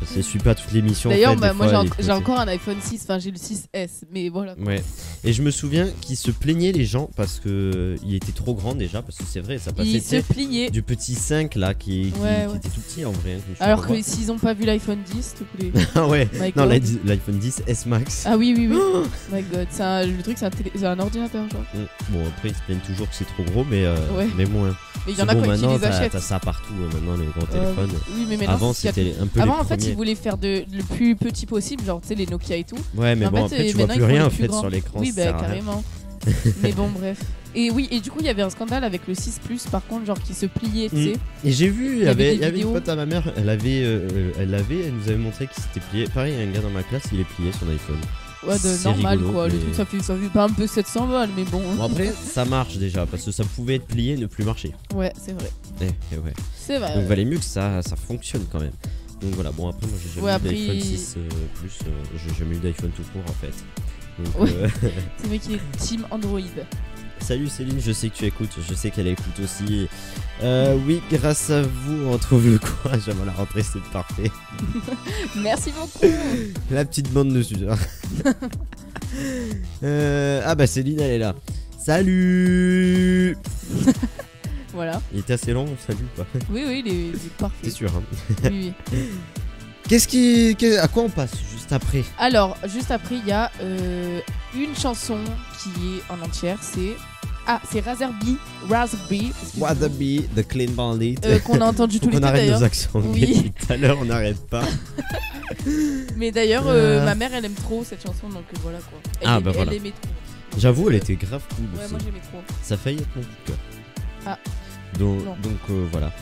S4: Parce que je suis pas toutes les missions.
S3: D'ailleurs,
S4: en fait,
S3: bah,
S4: des
S3: moi, j'ai
S4: fois, elle
S3: en-
S4: est
S3: j'ai
S4: posée.
S3: encore un iPhone 6, enfin, j'ai le 6S, mais voilà.
S4: Ouais. Et je me souviens qu'ils se plaignaient les gens parce que euh, il était trop grand déjà. Parce que Bah, c'est vrai, ça passait
S3: Il se
S4: tu sais,
S3: pliait.
S4: du petit 5 là qui, qui-
S3: Ouais,
S4: qui
S3: ouais.
S4: était tout petit en vrai. hein, comme je
S3: Alors
S4: peux
S3: que s'ils ont pas vu l'iPhone 10, s'il te plaît.
S4: le voir. Ah ouais.
S3: My
S4: Non,
S3: God.
S4: l'i- l'iPhone 10 S Max.
S3: Ah oui, oui, oui. My god, c'est un- le truc, c'est un, télé- c'est un ordinateur, genre.
S4: Mm. Bon, après, ils se plaignent toujours que c'est trop gros, mais, euh,
S3: Ouais.
S4: mais moins.
S3: Mais il y
S4: C'est
S3: en a
S4: bon,
S3: quoi qui
S4: maintenant,
S3: les
S4: t'as-
S3: achètent.
S4: T'as ça partout, euh, maintenant, les gros
S3: Euh,
S4: téléphones.
S3: oui, mais maintenant,
S4: Avant,
S3: c'est ce qu'il y a
S4: c'était un peu
S3: Avant,
S4: les
S3: en fait,
S4: premiers.
S3: ils voulaient faire de, le plus petit possible, genre, tu sais, les Nokia et tout.
S4: Ouais, mais
S3: en
S4: bon,
S3: fait,
S4: après,
S3: euh,
S4: tu
S3: maintenant,
S4: vois plus
S3: ils font
S4: rien,
S3: les
S4: en
S3: plus
S4: fait,
S3: grands.
S4: sur l'écran.
S3: Oui,
S4: ça
S3: bah,
S4: sert à rien.
S3: carrément. mais bon, bref. Et oui, et du coup, il y avait un scandale avec le 6 Plus, par contre, genre, qui se pliait, tu
S4: Mm.
S3: sais.
S4: Et j'ai vu, il y
S3: avait
S4: avait,
S3: des
S4: il y avait une
S3: vidéos.
S4: pote à ma mère, elle avait, euh, elle l'avait, elle nous avait montré qu'il s'était plié. Pareil, il y a un gars dans ma classe, il est plié son iPhone.
S3: Ouais, de
S4: C'est
S3: normal,
S4: rigolo,
S3: quoi.
S4: mais-
S3: Le truc, ça fait, ça fait pas un peu 700 balles, mais bon. hein.
S4: Bon, après, ça marche déjà, parce que ça pouvait être plié et ne plus marcher.
S3: Ouais, c'est vrai.
S4: Eh, eh ouais.
S3: C'est vrai.
S4: Donc, valait mieux que ça, ça fonctionne quand même. Donc voilà, bon, après, moi, j'ai jamais
S3: Ouais,
S4: eu
S3: après,
S4: d'iPhone
S3: il-
S4: 6 euh, plus, euh, j'ai jamais eu d'iPhone tout court en fait. Donc,
S3: Ouais.
S4: euh,
S3: C'est vrai qu'il est team Android.
S4: Salut Céline, je sais que tu écoutes, je sais qu'elle écoute aussi. Euh, oui, grâce à vous, on retrouve le courage avant la rentrée, c'est parfait.
S3: Merci beaucoup.
S4: La petite bande de suceurs. Euh, ah bah Céline, elle est là. Salut
S3: voilà.
S4: Il était assez long, on salue ou pas
S3: Oui, oui, il est, il est
S4: T'es
S3: parfait.
S4: sûr, hein
S3: Oui, oui.
S4: Qu'est-ce qui... qu'est- À quoi on passe juste après
S3: Alors, juste après, il y a euh, une chanson qui est en entière. C'est. Ah, c'est Razorby. Razorby. excuse-moi.
S4: Wannabe, The Clean Bandit.
S3: Euh, Qu'on a entendu
S4: Faut
S3: tous les
S4: qu'on
S3: deux
S4: arrête
S3: d'ailleurs.
S4: nos accents
S3: Oui.
S4: depuis tout à l'heure, on n'arrête pas.
S3: Mais d'ailleurs, euh,
S4: Euh.
S3: ma mère, elle aime trop cette chanson, donc euh, voilà quoi. Elle,
S4: Ah,
S3: aime-
S4: bah
S3: elle
S4: voilà.
S3: aimait trop.
S4: J'avoue, elle Euh, était grave cool aussi.
S3: Ouais, moi j'aimais trop.
S4: Ça a failli être mon coup de cœur.
S3: Ah.
S4: Donc,
S3: Non.
S4: donc, euh, voilà.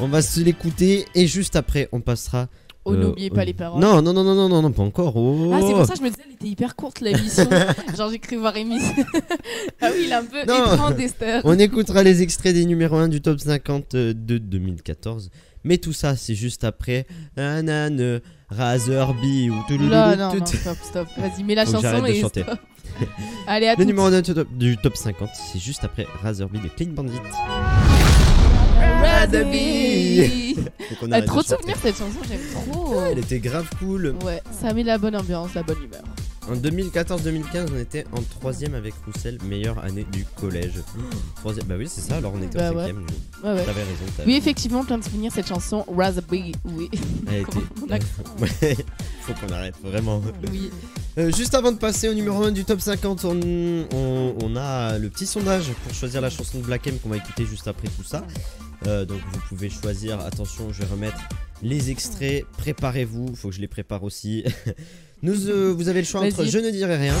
S4: On va se l'écouter et juste après on passera.
S3: Oh,
S4: euh,
S3: n'oubliez pas
S4: au-
S3: les paroles.
S4: Non, non, non, non, non, non, non, pas encore. Oh.
S3: Ah, c'est pour ça que je me disais, elle était hyper courte la mission. Genre, j'écris voir émission. ah oui, il est un peu
S4: Non.
S3: étrange, Esther.
S4: On écoutera les extraits des numéros 1 du top 50 euh, de 2014. Mais tout ça, c'est juste après. Nanane, Razer B ou tout le
S3: Là, non, non, stop, stop. Vas-y, mets la
S4: Faut que
S3: chanson
S4: j'arrête de
S3: et
S4: chanter.
S3: stop. Allez, à
S4: Le
S3: tout.
S4: numéro 1 du top, du top 50, c'est juste après Razer B de Clean Bandit. Razabi. Faut qu'on
S3: Elle a
S4: arrête
S3: trop
S4: de
S3: de
S4: chanter.
S3: souvenirs cette chanson, j'aime trop.
S4: Elle était grave cool.
S3: Ouais, ça met la bonne ambiance, la bonne humeur.
S4: En 2014-2015, on était en troisième avec Roussel, meilleure année du collège. Troisième, bah oui, c'est ça. Alors on était
S3: Bah
S4: en
S3: ouais.
S4: cinquième. je-
S3: Ouais, ouais.
S4: T'avais raison. t'avais
S3: Oui,
S4: raison.
S3: effectivement, plein de souvenirs cette chanson, Razabi. Oui.
S4: Elle
S3: Comment
S4: était-
S3: on a-
S4: Ouais, Faut qu'on arrête vraiment.
S3: oui.
S4: Euh, juste avant de passer au numéro 1 du top 50, on, on- on a le petit sondage pour choisir la chanson de Black M qu'on va écouter juste après tout ça. Euh, donc vous pouvez choisir, attention, je vais remettre les extraits, préparez-vous, faut que je les prépare aussi. Nous, euh, vous avez le choix entre
S3: Vas-y.
S4: Je ne dirai rien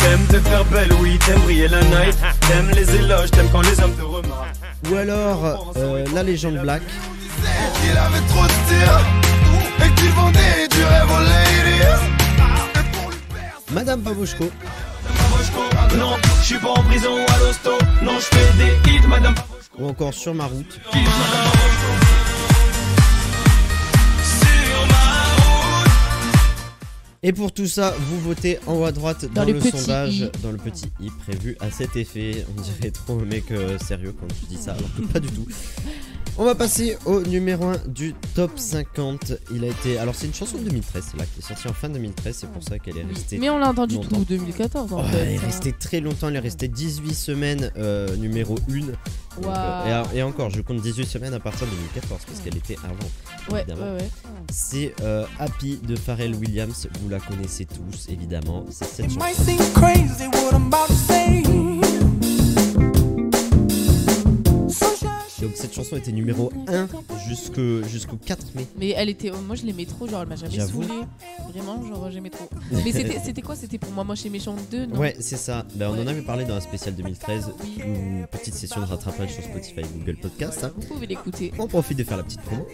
S5: T'aimes te faire belle, oui, t'aimes briller la night. T'aimes les éloges, t'aimes quand les hommes te remarquent.
S4: ou alors euh, La légende Black.
S6: Il avait trop de tir et qu'il vendait du rêve aux ladies.
S4: Madame Pavoshko
S5: Pavoshko, non, je suis pas en prison à l'hosto. Non, je fais des hits, madame Pavoshko.
S4: ou encore Sur ma route.
S5: Hit, madame Pavoshko. Sur ma route.
S4: Et pour tout ça, vous votez en haut à droite dans,
S3: Dans le
S4: le
S3: petit
S4: sondage,
S3: i.
S4: dans le petit i prévu à cet effet. On dirait trop le mec euh, sérieux quand tu dis ça, alors que pas du tout. On va passer au numéro 1 du top 50. Il a été. Alors, c'est une chanson de 2013, c'est là, qui est sortie en fin 2013, c'est pour ça qu'elle est restée.
S3: Mais on l'a entendu
S4: longtemps.
S3: tout 2014 en
S4: Oh,
S3: fait.
S4: elle est restée très longtemps, elle est restée 18 semaines euh, numéro 1. Donc,
S3: Waouh.
S4: euh, et, et encore, je compte 18 semaines à partir de 2014 parce qu'elle était avant.
S3: Ouais, ouais,
S4: évidemment.
S3: ouais.
S4: C'est euh, Happy de Pharrell Williams, vous la connaissez tous évidemment, c'est cette chanson.
S8: Might seem crazy what I'm about to say. Sunshine,
S4: Donc cette chanson était numéro 1 jusque- jusqu'au 4 mai.
S3: Mais elle était. oh, Moi je l'aimais trop, genre elle m'a jamais
S4: J'avoue.
S3: saoulée. Vraiment, genre euh, j'aimais trop. Mais c'était c'était quoi C'était pour moi, moi chez Méchant 2 non
S4: Ouais, c'est ça. Ben, on en
S3: Ouais.
S4: avait parlé dans la spéciale 2013, une petite session de rattrapage sur Spotify et Google Podcast. hein.
S3: Vous pouvez l'écouter,
S4: On profite de faire la petite promo.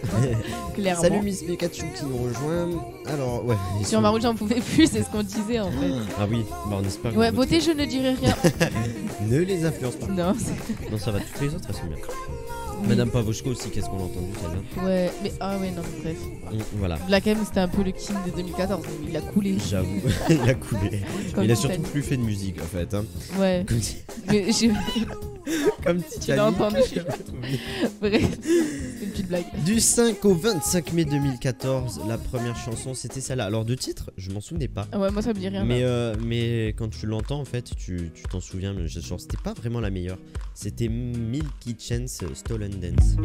S3: clairement.
S4: Salut Miss Pikachu qui nous rejoint. Alors, ouais. ils
S3: Sur
S4: sont-
S3: ma route, j'en pouvais plus, c'est ce qu'on disait en fait.
S4: Ah oui, bah on espère que
S3: Ouais,
S4: vous-
S3: beauté, je ne dirai rien.
S4: Ne les influence pas.
S3: non, c'est-
S4: Non, ça va, toutes les autres elles sont bien. Madame Pavoshko aussi, qu'est-ce qu'on a entendu celle-là
S3: Ouais, mais ah ouais, non, mais bref.
S4: On- Voilà,
S3: Black M, c'était un peu le king de 2014. mais Il a coulé.
S4: j'avoue, il a coulé.
S3: Comme
S4: il a
S3: tu
S4: surtout
S3: fais.
S4: plus fait de musique en fait. hein.
S3: Ouais,
S4: Comme si-
S3: mais j'ai.
S4: Comme
S3: Tu l'as
S4: Titanic.
S3: entendu. bref, c'est une petite blague.
S4: Du 5 au 25 mai 2014, la première chanson c'était celle-là. Alors, de titre, je m'en souvenais pas.
S3: Ah Ouais, moi ça me dit rien.
S4: Mais,
S3: là.
S4: euh, mais quand tu l'entends, en fait, tu tu t'en souviens, mais je- genre, c'était pas vraiment la meilleure. C'était Milky Chance euh, Stolen Dance.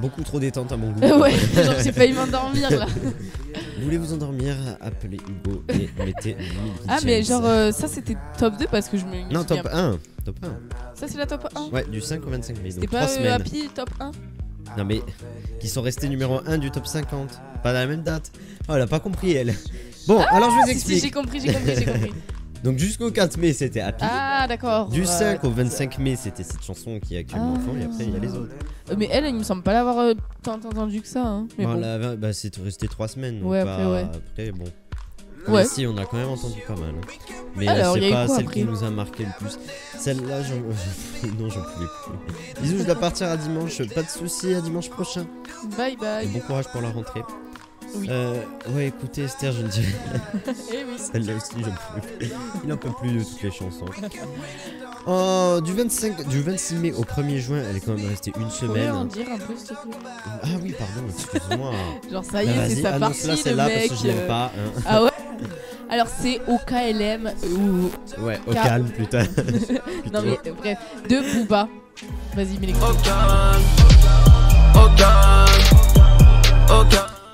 S4: Beaucoup trop détente à mon goût.
S3: ouais, genre j'ai failli m'endormir là.
S4: Vous voulez vous endormir Appelez Hugo et mettez Milky
S3: Ah, mais
S4: Chance.
S3: genre euh, ça c'était top 2 parce que je me.
S4: Non, top
S3: souviens-
S4: 1. Top 1.
S3: Ça c'est la top 1.
S4: Ouais, du 5 au 25 mai.
S3: C'était
S4: Donc 3
S3: pas euh,
S4: semaines.
S3: Happy top 1
S4: Non mais qui sont restés numéro 1 du top 50, pas dans la même date. Oh, elle a pas compris elle. Bon, alors je vous
S3: Ah, Si, si, j'ai
S4: explique.
S3: compris, j'ai compris, j'ai compris.
S4: Donc jusqu'au 4 mai, c'était Happy.
S3: Ah, d'accord.
S4: du
S3: Euh,
S4: 5 au 25 mai, c'était cette chanson qui est actuellement en fond, et
S3: Ah.
S4: après il y a les autres.
S3: Mais elle, il me semble pas l'avoir euh, tant entendu que ça. hein. Mais
S4: Bon,
S3: bon.
S4: la vingt- bah, c'est resté 3 semaines. donc
S3: Ouais,
S4: pas-
S3: après, ouais.
S4: après, bon.
S3: Ouais.
S4: Mais si, on a quand même entendu pas mal. hein. Mais euh,
S3: Alors, il y a
S4: c'est
S3: eu
S4: pas
S3: quoi
S4: celle qui
S3: après
S4: nous a marqué le plus. Celle-là, j'en... non, j'en pouvais plus. Bisous, je dois partir à dimanche. Pas de soucis, à dimanche prochain.
S3: Bye
S4: Et
S3: bye.
S4: bon courage pour la rentrée.
S3: Oui.
S4: Euh, ouais, écoutez, Esther, je ne dirais
S3: Eh oui.
S4: Celle-là aussi, j'en peux plus. Il en peut plus de toutes les chansons. Oh, du, 25, du 26 mai au 1er juin, elle est quand même restée une
S3: Pourrais en
S4: semaine.
S3: dire un peu, s'il te plaît
S4: Ah oui, pardon, excuse-moi.
S3: Genre, ça y
S4: Bah,
S3: est, c'est sa
S4: Vas-y,
S3: partie,
S4: annonce-la
S3: le
S4: celle-là parce
S3: mec.
S4: que je l'aime
S3: euh.
S4: pas. hein.
S3: Ah ouais Alors, c'est au KLM. ou-
S4: hein. Ouais, au
S3: Car-
S4: calme, putain.
S3: Non, mais euh, bref, de Booba. Vas-y, mets les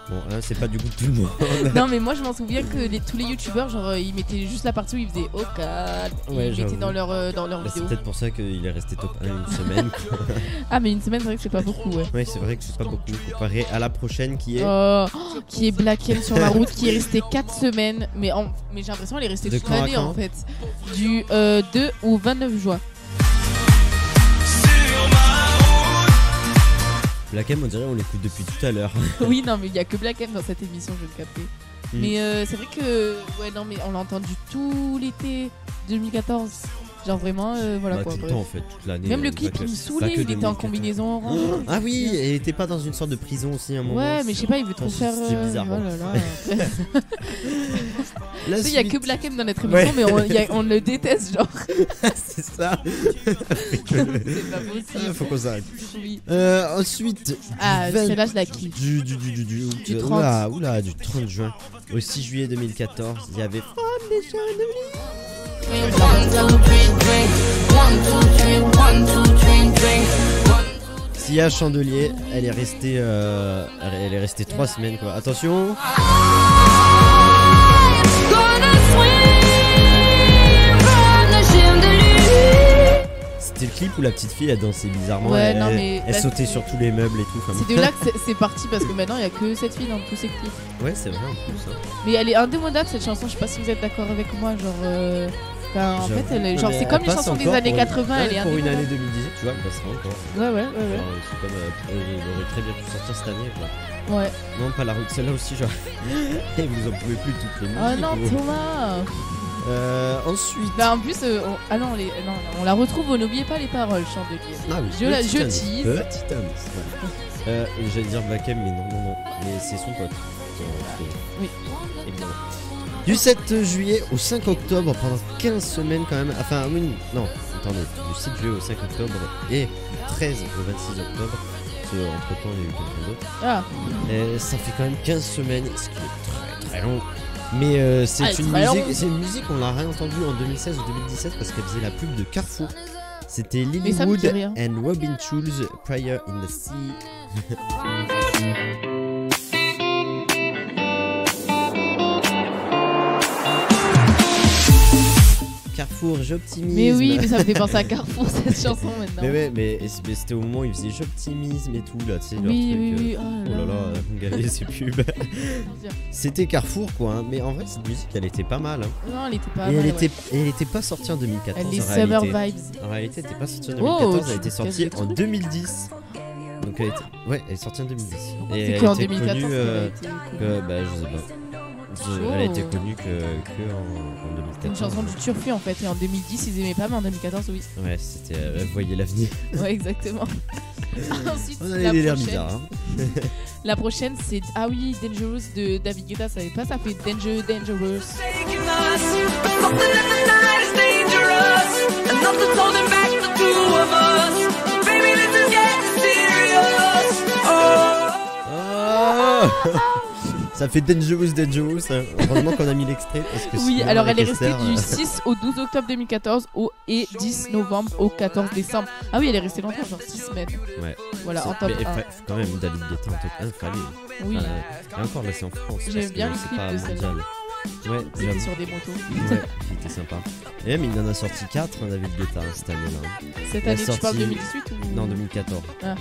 S4: Bon, là, c'est pas du goût de tout le monde.
S3: Non, mais moi, je m'en souviens que les- tous les youtubeurs, genre, euh, ils mettaient juste la partie où ils faisaient Oh, God.
S4: Ouais,
S3: Ils
S4: j'avoue.
S3: mettaient dans leur, euh, dans leur
S4: Bah, c'est
S3: vidéo.
S4: peut-être pour ça qu'il est resté top 1 une semaine. quoi.
S3: Ah, mais une semaine, c'est vrai que c'est pas beaucoup, ouais.
S4: ouais, c'est vrai que c'est pas beaucoup comparé à la prochaine qui est.
S3: Oh, qui est Black M sur la route, qui est restée 4 semaines, mais, en- mais j'ai l'impression qu'elle est restée
S4: De
S3: toute
S4: quand à
S3: l'année
S4: quand
S3: en fait, du euh, 2 au 29 juin.
S4: Black M, on dirait, on l'écoute depuis tout à l'heure.
S3: oui, non, mais il n'y a que Black M dans cette émission, je vais le capter.
S4: Mm.
S3: Mais euh, c'est vrai que, ouais, non, mais on l'a entendu tout l'été 2014. Genre vraiment, euh, voilà
S4: Bah,
S3: quoi.
S4: tout le
S3: bref.
S4: temps, en fait, toute l'année.
S3: Même
S4: euh,
S3: le
S4: pas
S3: clip,
S4: que-
S3: il me
S4: pas
S3: saoulait,
S4: que
S3: il était en
S4: 2014.
S3: combien orange.
S4: Ah oui, et il était pas dans une sorte de prison aussi à un moment.
S3: Ouais, mais je sais pas, il veut trop
S4: Franchement,
S3: faire.
S4: c'était
S3: euh,
S4: bizarre,
S3: oh
S4: hein.
S3: là là.
S4: La
S3: Tu sais, Il y a
S4: suite.
S3: que Black M dans notre
S4: Ouais.
S3: émission, mais on, il y a- on le déteste, genre.
S4: c'est ça.
S3: C'est pas possible.
S4: Faut qu'on s'arrête.
S3: Oui.
S4: Euh, ensuite,
S3: Ah,
S4: du 20
S3: celle-là, je la kiffe.
S4: Du, du, du, du, du, août-
S3: Du 30.
S4: oula, oula, du 30 juin au 6 juillet 2014, il y avait. Sia Chandelier, elle est restée, euh, elle elle est restée 3 semaines quoi. Attention, c'était le clip où la petite fille elle dansait bizarrement,
S3: Ouais,
S4: elle,
S3: non,
S4: elle-
S3: mais
S4: elle
S3: la-
S4: sautait sur tous les meubles et tout. enfin,
S3: C'est de là que c'est- c'est parti parce que maintenant il n'y a que cette fille dans tous ces clips.
S4: Ouais, c'est vrai en plus. hein.
S3: Mais elle est indémodable cette chanson, je sais pas si vous êtes d'accord avec moi. Genre, euh, enfin, en
S4: J'avoue.
S3: fait, elle est-
S4: Non,
S3: genre,
S4: mais
S3: c'est
S4: elle
S3: comme les
S4: passe
S3: chansons des
S4: encore
S3: années
S4: pour une-
S3: 80,
S4: ouais,
S3: elle est
S4: Pour une
S3: indémodable.
S4: année 2018, tu vois, elle passera encore.
S3: Ouais, ouais, ouais,
S4: Genre, c'est comme. euh, euh, il aurait très bien pu sortir cette année quoi.
S3: ouais. ouais.
S4: Non, pas la route, celle-là aussi, genre. Et vous en pouvez plus toutes les
S3: Oh
S4: musiques,
S3: non,
S4: vous.
S3: Thomas
S4: Euh, ensuite.
S3: Là, en plus, euh, on... ah non, les... non, non, on la retrouve, oh, n'oubliez pas les paroles, Chandelier.
S4: Ah oui,
S3: Je la-
S4: petit
S3: je
S4: indice,
S3: tease.
S4: Euh, Petit indice, voilà. Euh, J'allais dire Black M, mais non, non, non. Mais c'est son pote. qui est-
S3: Oui.
S4: qui est bien. Du 7 juillet au 5 octobre, pendant 15 semaines quand même, enfin oui, non, attendez, du 7 juillet au 5 octobre et du 13 au 26 octobre, parce que entre temps il y a eu quelqu'un d'autre,
S3: Ah,
S4: Euh, ça fait quand même 15 semaines, ce qui est très très long. Mais euh, c'est
S3: Ah,
S4: une
S3: très long.
S4: musique, c'est une musique, on l'a réentendue en 2016 ou 2017 parce qu'elle faisait la pub de Carrefour. C'était Lily
S3: ça me
S4: Wood
S3: dit rien.
S4: and Robin Schulz, Prayer in the Sea. Carrefour, j'optimise.
S3: mais oui, mais ça me fait penser à Carrefour cette chanson maintenant.
S4: Mais ouais, mais, mais c'était au moment où ils faisaient j'optimisme et tout, là, tu sais, leur
S3: oui,
S4: truc.
S3: oui, oui.
S4: euh,
S3: Oh
S4: Oh là là, regardez ces pubs. C'était Carrefour quoi, hein. mais en vrai cette musique elle était pas mal. hein.
S3: Non, elle était pas.
S4: et elle,
S3: mal,
S4: était,
S3: ouais.
S4: et elle était pas sortie en 2014
S3: Elle est
S4: en
S3: summer
S4: réalité.
S3: vibes.
S4: En réalité elle était pas sortie en
S3: Oh,
S4: 2014,
S3: tu
S4: elle était
S3: te caches
S4: sortie
S3: des
S4: en
S3: trucs.
S4: 2010. Donc elle était... Ouais, elle est sortie en 2010. Et
S3: C'est
S4: elle
S3: qu'en
S4: était
S3: 2014
S4: connue, euh,
S3: qu'elle a été-
S4: que, bah, je sais pas. Je-
S3: Oh.
S4: Elle a été connue que, que en, en 2014.
S3: C'est une chanson du Turfu en fait. Et en 2010, ils aimaient pas, mais en 2014, oui.
S4: Ouais, c'était... euh, voyez l'avenir.
S3: Ouais, exactement. Ensuite,
S4: On
S3: la
S4: a des l'air
S3: prochaine-
S4: bizarres. hein.
S3: La prochaine, c'est Ah oui, Dangerous de David Guetta. Ça fait pas, ça fait Danger, Dangerous.
S4: Ah Ça fait Dangerous Dangerous. hein. Heureusement qu'on a mis l'extrait parce que
S3: Oui,
S4: sinon,
S3: alors
S4: avec
S3: elle est restée
S4: Esther,
S3: du
S4: euh,
S3: 6 au 12 octobre 2014 au et 10 novembre au 14 décembre. Ah oui, elle est restée longtemps, genre 6 semaines.
S4: Ouais.
S3: Voilà,
S4: C'est-
S3: en top
S4: mais,
S3: 1.
S4: fa- quand même, David Guetta en top 1, fallait.
S3: Oui,
S4: Enfin, et encore là, c'est en France.
S3: J'aime
S4: parce que
S3: bien le
S4: c'est
S3: clip
S4: pas
S3: de celle-là.
S4: mondial. Ouais,
S3: c'était
S4: j'avoue.
S3: sur des motos.
S4: Ouais, il était sympa. Et même, il en a sorti 4, David Guetta, hein, cette année-là.
S3: Cette
S4: La
S3: année, tu parles
S4: sortie-
S3: 2018 ou
S4: Non, 2014.
S3: Ah.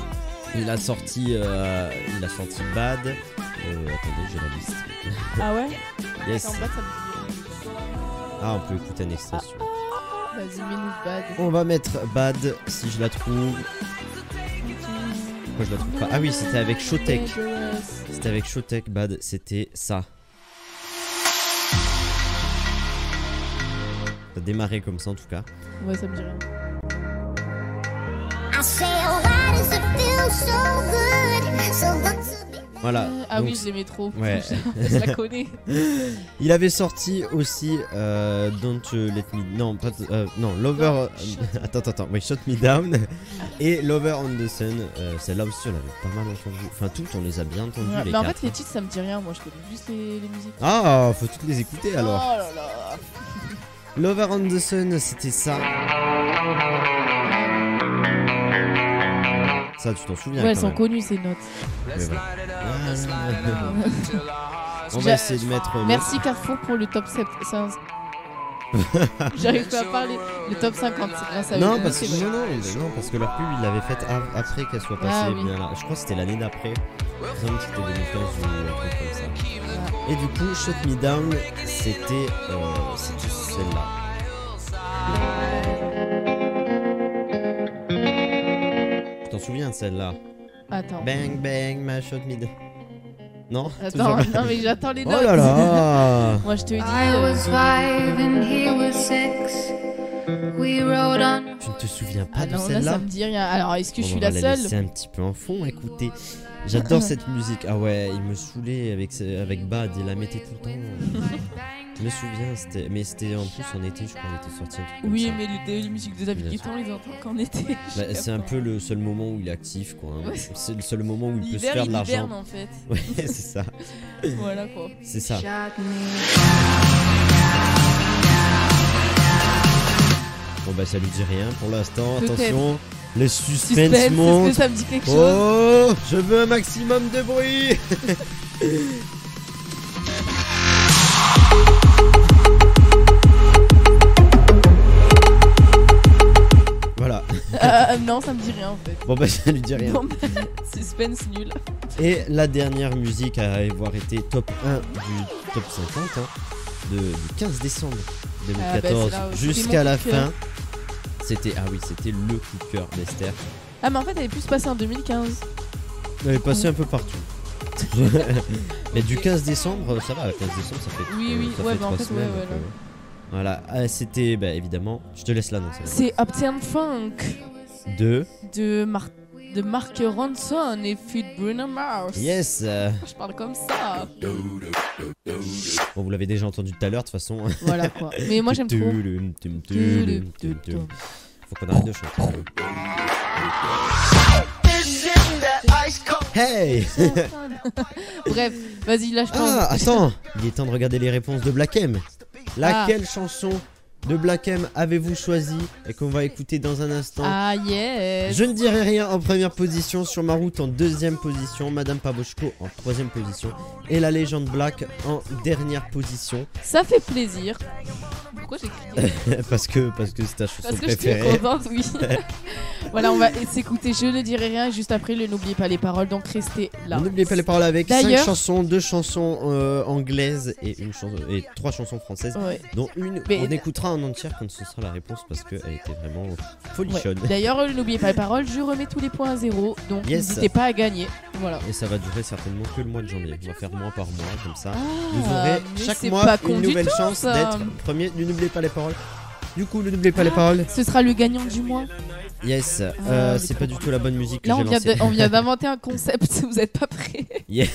S4: Il a sorti, euh, il a sorti Bad. Euh, attendez, j'ai la liste.
S3: Ah ouais
S4: Yes.
S3: En bas, ça me dit.
S4: Ah, on peut écouter un extrait. si tu veux.
S3: Vas-y, mets-nous bad.
S4: On va mettre Bad si je la trouve. Pourquoi je la trouve pas Ah oui, c'était avec Shotek.
S3: Dangerous.
S4: C'était avec Showtech Bad, c'était ça. Ça démarrait comme ça en tout cas.
S3: Ouais, ça me dit rien.
S4: Voilà.
S3: Ah
S4: donc
S3: oui, je l'aimais trop.
S4: Ouais.
S3: je la connais.
S4: Il avait sorti aussi euh, Don't euh, Let Me non pas euh, non Lover attends attends, attends oui Shut Me Down et Lover on the Sun euh, celle-là aussi on l'avait pas mal entendu enfin toutes on les a bien entendues
S3: Ouais,
S4: les
S3: mais en
S4: quatre.
S3: fait, les titres, ça me dit rien. Moi, je connais juste les, les musiques.
S4: ah faut toutes les écouter alors
S3: Oh là là. Oh.
S4: Lover on the Sun, c'était ça. Ça, tu t'en souviens
S3: Ouais, elles
S4: quand
S3: sont
S4: même.
S3: connues ces notes.
S4: Mais voilà. Ah. On
S3: J'ai-
S4: va essayer de mettre. le-
S3: Merci Carrefour pour le top 7. J'arrive pas à parler. Le top 50, c'est grâce à eux.
S4: Non parce,
S3: C'est
S4: que,
S3: vrai.
S4: non, non, mais non, parce que leur pub, ils l'avaient faite av- après qu'elle soit passée.
S3: Ah, oui.
S4: bien là. Je crois que c'était l'année d'après. Il me semble que c'était 2015 ou un truc comme ça. Et du coup, Shut Me Down, c'était euh, c'était celle-là. Tu t'en souviens de celle-là
S3: Attends.
S4: Bang bang, ma shot mid. Non
S3: Attends,
S4: Toujours pas.
S3: non mais j'attends les
S4: Oh
S3: notes.
S4: là là
S3: Moi je te dis.
S9: I
S3: euh,
S9: was five and he was six. We rode on.
S4: Tu ne te souviens pas
S3: Ah
S4: de
S3: non, là ça
S4: celle-là
S3: me dit rien. Alors est-ce que je
S4: Bon,
S3: suis
S4: on va
S3: la
S4: la
S3: seule
S4: laisser un petit peu en fond, écoutez. J'adore cette musique. Ah ouais, il me saoulait avec, ce- avec Bad, il la mettait tout le temps. je me souviens, c'était, mais c'était en plus en été, je crois, il était sorti. un truc comme
S3: Oui,
S4: ça.
S3: mais les, les musiques de David
S4: Bien
S3: Guetta, on les entend qu'en été.
S4: Bah, c'est un peu le seul moment où il est actif, quoi. hein.
S3: Ouais.
S4: C'est le seul moment où il peut se
S3: L'hiver,
S4: faire de
S3: il hiberne
S4: l'argent.
S3: en fait.
S4: Ouais, c'est ça.
S3: voilà quoi.
S4: C'est ça.
S9: Shot me.
S4: Bon, bah, ça lui dit rien pour l'instant.
S3: Peut-être.
S4: Attention, le suspense,
S3: Suspense, est-ce
S4: monte.
S3: que ça me dit quelque chose
S4: Oh, je veux un maximum de bruit. voilà.
S3: Euh, Non, ça me dit rien en fait.
S4: Bon bah ça lui dit rien.
S3: Bon, bah, suspense nul.
S4: Et la dernière musique à avoir été top 1 du top 50 hein, de, du 15 décembre
S3: Ah bah,
S4: 2014
S3: c'est là où- c'était
S4: jusqu'à
S3: mon
S4: la
S3: coup de cœur.
S4: fin. C'était ah oui, c'était le coup de cœur d'Esther.
S3: Ah mais en fait, elle est plus passée en 2015.
S4: Elle est passée un peu partout. Mais du 15 décembre, ça va, le 15 décembre, ça fait.
S3: Oui,
S4: euh,
S3: oui,
S4: ça
S3: ouais,
S4: fait
S3: bah, en
S4: trois
S3: fait,
S4: semaines,
S3: ouais, ouais,
S4: donc,
S3: là.
S4: euh, Voilà, Ah, c'était, bah évidemment, je te laisse l'annoncer.
S3: C'est Uptown Funk
S4: De.
S3: de Mar- de Mark Ronson et Fit Bruno Mars.
S4: Yes euh,
S3: Je parle comme ça.
S4: Bon, vous l'avez déjà entendu tout à l'heure, de toute façon.
S3: voilà quoi. Mais moi j'aime trop.
S4: Faut qu'on arrête de chanter. Hey
S3: Bref, vas-y, lâche-toi.
S4: Ah, attends Il est temps de regarder les réponses de Black M.
S3: Ah.
S4: Laquelle chanson de Black M avez-vous choisi et qu'on va écouter dans un instant
S3: Ah, yes.
S4: Je ne dirai rien en première position, sur ma route en deuxième position, Madame Pavoshko en troisième position et la légende Black en dernière position
S3: Ça fait plaisir. Pourquoi j'ai crié
S4: parce que parce que c'est ta chanson
S3: Parce que j'étais
S4: préférée.
S3: contente, oui. voilà, on va s'écouter. Je ne dirai rien. Juste après, le n'oubliez pas les paroles. Donc restez là.
S4: N'oubliez pas les paroles avec 5
S3: D'ailleurs-
S4: chansons, 2 chansons euh, anglaises et une chanson et 3 chansons françaises
S3: Ouais.
S4: dont une
S3: Mais-
S4: on écoutera en entière quand ce sera la réponse parce qu'elle était vraiment
S3: Ouais.
S4: folichonne.
S3: D'ailleurs, euh, n'oubliez pas les paroles. Je remets tous les points à zéro. Donc
S4: Yes.
S3: n'hésitez pas à gagner. Voilà.
S4: Et ça va durer certainement que le mois de janvier. On va faire mois par mois comme ça. Vous
S3: Ah,
S4: aurez
S3: mais
S4: chaque
S3: c'est
S4: mois
S3: pas con
S4: une
S3: du
S4: nouvelle
S3: tout,
S4: chance
S3: ça.
S4: d'être premier. Ne N'oubliez pas les paroles. Du coup, ne n'oubliez pas les
S3: Ah.
S4: paroles.
S3: Ce sera le gagnant du mois.
S4: Yes, euh,
S3: Ah, mais
S4: c'est pas
S3: trop
S4: du tout la bonne musique que
S3: Là, on
S4: j'ai
S3: vient,
S4: lancée.
S3: de- on vient d'inventer un concept. Vous êtes pas prêts.
S4: Yeah.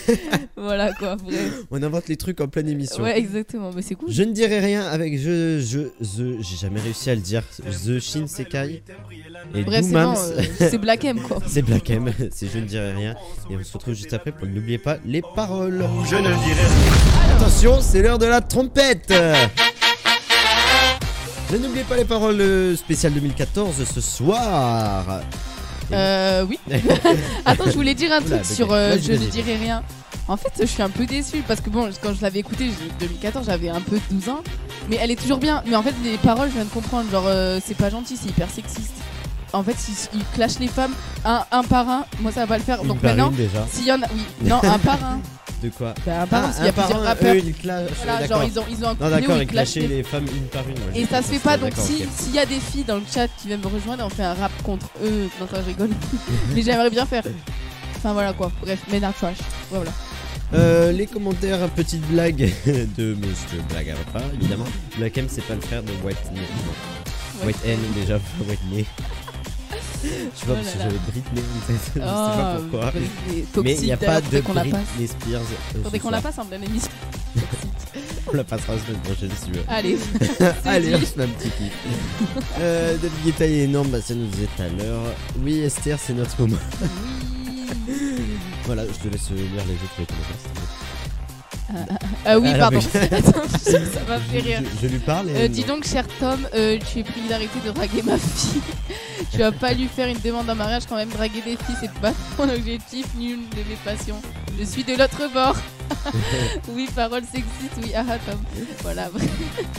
S3: voilà quoi. Bref.
S4: On invente les trucs en pleine émission.
S3: Ouais, exactement. Mais c'est cool.
S4: Je ne dirai rien avec je, je, the, j'ai jamais réussi à le dire. The Shin Sekai et
S3: Bref, c'est
S4: Doomams.
S3: bon, euh, c'est Black M quoi.
S4: C'est Black M, c'est Je ne dirai rien. Et on se retrouve juste après pour N'oubliez pas les paroles.
S5: Je ne dirai rien.
S4: Attention, c'est l'heure de la trompette Ne n'oubliez pas les paroles euh, spéciales 2014 ce soir
S3: Euh, oui. Attends, je voulais dire un
S4: Oula,
S3: truc
S4: bégay.
S3: sur euh,
S4: Vas-y,
S3: Je ne
S4: vas-y.
S3: dirai rien. En fait, je suis un peu déçue parce que bon, quand je l'avais écouté, je- 2014, j'avais un peu 12 ans. Mais elle est toujours bien. Mais en fait, les paroles, je viens de comprendre. Genre, euh, c'est pas gentil, c'est hyper sexiste. En fait, ils, ils clashent les femmes un, un par un. Moi, ça va pas le faire.
S4: Une
S3: Donc
S4: par
S3: maintenant,
S4: une déjà.
S3: s'il y en a. Oui, non, un par un.
S4: De quoi Ah,
S3: Bah, un par un, parce qu'il y a
S4: un par
S3: plusieurs
S4: un, euh,
S3: rappeurs.
S4: eux, ils clashent,
S3: Voilà, genre,
S4: d'accord.
S3: ils ont, ils ont un
S4: Non,
S3: couplet où
S4: d'accord,
S3: ils
S4: ils
S3: clashent
S4: clashaient
S3: les
S4: les femmes une par une. moi, j'ai
S3: et ça se
S4: compris,
S3: fait pas, donc
S4: Ah, d'accord,
S3: si- s'il
S4: ok.
S3: y a des filles dans le chat qui viennent me rejoindre, on fait un rap contre eux. Non, ça, je rigole. mais j'aimerais bien faire. Enfin voilà quoi, bref, Ménard Trash. Voilà.
S4: Euh, les commentaires, petite blague de. Mais je te blague à pas, évidemment. Black M, c'est pas le frère de White Ney. Non.
S3: Ouais.
S4: White N, déjà, pas White Ney. Je sais pas,
S3: Oh
S4: parce
S3: là
S4: que
S3: là.
S4: j'avais Britney en tête, je sais pas
S3: Oh,
S4: pourquoi.
S3: mais c'est
S4: Mais il
S3: toxique,
S4: n'y a pas
S3: d'ailleurs,
S4: de
S3: faudrait qu'on la passe.
S4: Britney Spears. euh, ce
S3: Faudrait qu'on la
S4: soir.
S3: passe en pleine émission.
S4: On la passera la semaine prochaine si tu veux.
S3: Allez.
S4: Allez, on
S3: dit.
S4: se fait un petit kiff. Euh, David Guetta il est énorme, bah, ça nous faisait tout à l'heure. Oui, Esther, c'est notre moment. Voilà, je te laisse euh, lire les autres commentaires. s'il te plaît.
S3: Ah oui,
S4: Alors,
S3: pardon.
S4: mais-
S3: Attends, ça m'a fait
S4: Je-
S3: rire.
S4: Je, je lui parle et.
S3: Euh, dis donc, cher Tom, euh, tu es pris d'arrêter de draguer ma fille. tu vas pas lui faire une demande en mariage quand même. Draguer des filles, c'est pas mon objectif, nul de mes passions. Je suis de l'autre bord. oui, parole sexiste, oui, ah, ah, Tom. Voilà,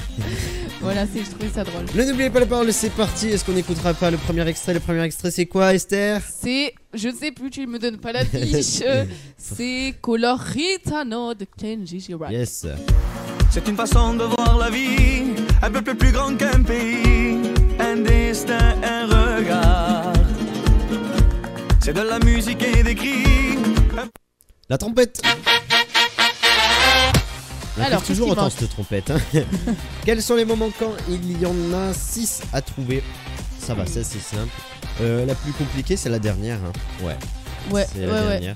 S3: voilà c'est, je trouvais ça drôle.
S4: Le n'oubliez pas la parole, c'est parti. Est-ce qu'on n'écoutera pas le premier extrait Le premier extrait, c'est quoi, Esther
S3: C'est, je ne sais plus, tu me donnes pas la fiche. Euh, c'est Coloritano de Kenji Girac.
S4: Yes.
S5: C'est une façon de voir la vie, un peuple plus grand qu'un pays, un destin, un regard. C'est de la musique et des cris.
S4: La trompette On
S3: Alors,
S4: Alors,
S3: qu'est-ce
S4: toujours
S3: qui
S4: autant
S3: manque
S4: cette trompette. hein. Quels sont les moments quand il y en a 6 à trouver Ça va, ça c'est simple. Euh, la plus compliquée, c'est la dernière. hein. Ouais,
S3: Ouais,
S4: c'est
S3: ouais,
S4: la
S3: ouais.
S4: dernière.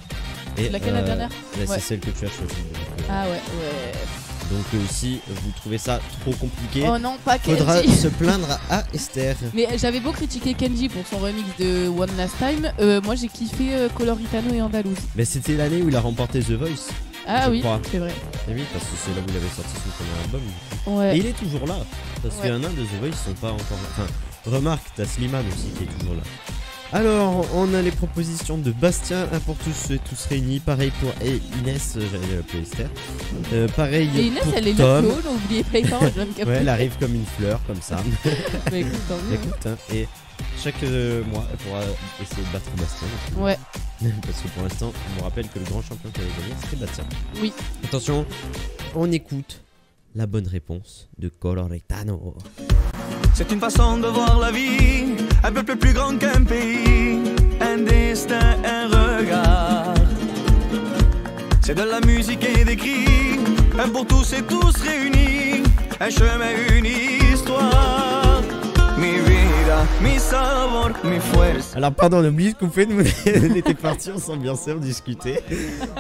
S4: Euh, Et,
S3: Laquelle, la dernière
S4: là,
S3: Ouais.
S4: C'est celle que tu as choisie. donc, euh,
S3: Ah ouais, ouais.
S4: Donc, euh, si vous trouvez ça trop compliqué,
S3: Oh non, pas Kenji.
S4: faudra se plaindre à Esther.
S3: Mais j'avais beau critiquer Kenji pour son remix de One Last Time, euh, moi j'ai kiffé euh, Coloritano et Andalouse.
S4: Mais c'était l'année où il a remporté The Voice.
S3: Ah
S4: Je
S3: oui,
S4: crois.
S3: c'est vrai.
S4: Et oui, parce que c'est là où il avait sorti son premier album. Et
S3: Ouais.
S4: il est toujours là. Parce
S3: Ouais.
S4: qu'il y en a de The Voice, ils sont pas encore là. Enfin, remarque, t'as Slimane aussi qui est toujours là. Alors, on a les propositions de Bastien, un pour tous et tous réunis. Pareil pour et Inès, euh, j'allais l'appeler Esther. Euh, pareil
S3: Et Inès,
S4: pour
S3: elle est là
S4: Tom.
S3: plus haut, n'oubliez pas les paroles, je vais me
S4: Ouais,
S3: capter.
S4: elle arrive comme une fleur, comme ça.
S3: Mais écoute, tant mieux.
S4: Écoute, hein, et chaque euh, mois, elle pourra essayer de battre Bastien.
S3: Ouais,
S4: Parce que pour l'instant, on vous rappelle que le grand champion qui avait gagné, c'était Bastien.
S3: Oui.
S4: Attention, on écoute la bonne réponse de Coloretano.
S5: C'est une façon de voir la vie, un peuple plus grand qu'un pays, un destin, un regard. C'est de la musique et des cris, un pour tous et tous réunis, un chemin, une histoire. Mi vida, mi sabor, mi fuerza.
S4: Alors pardon, on a oublié de couper, nous on était partis, on s'ambiançait, on discutait.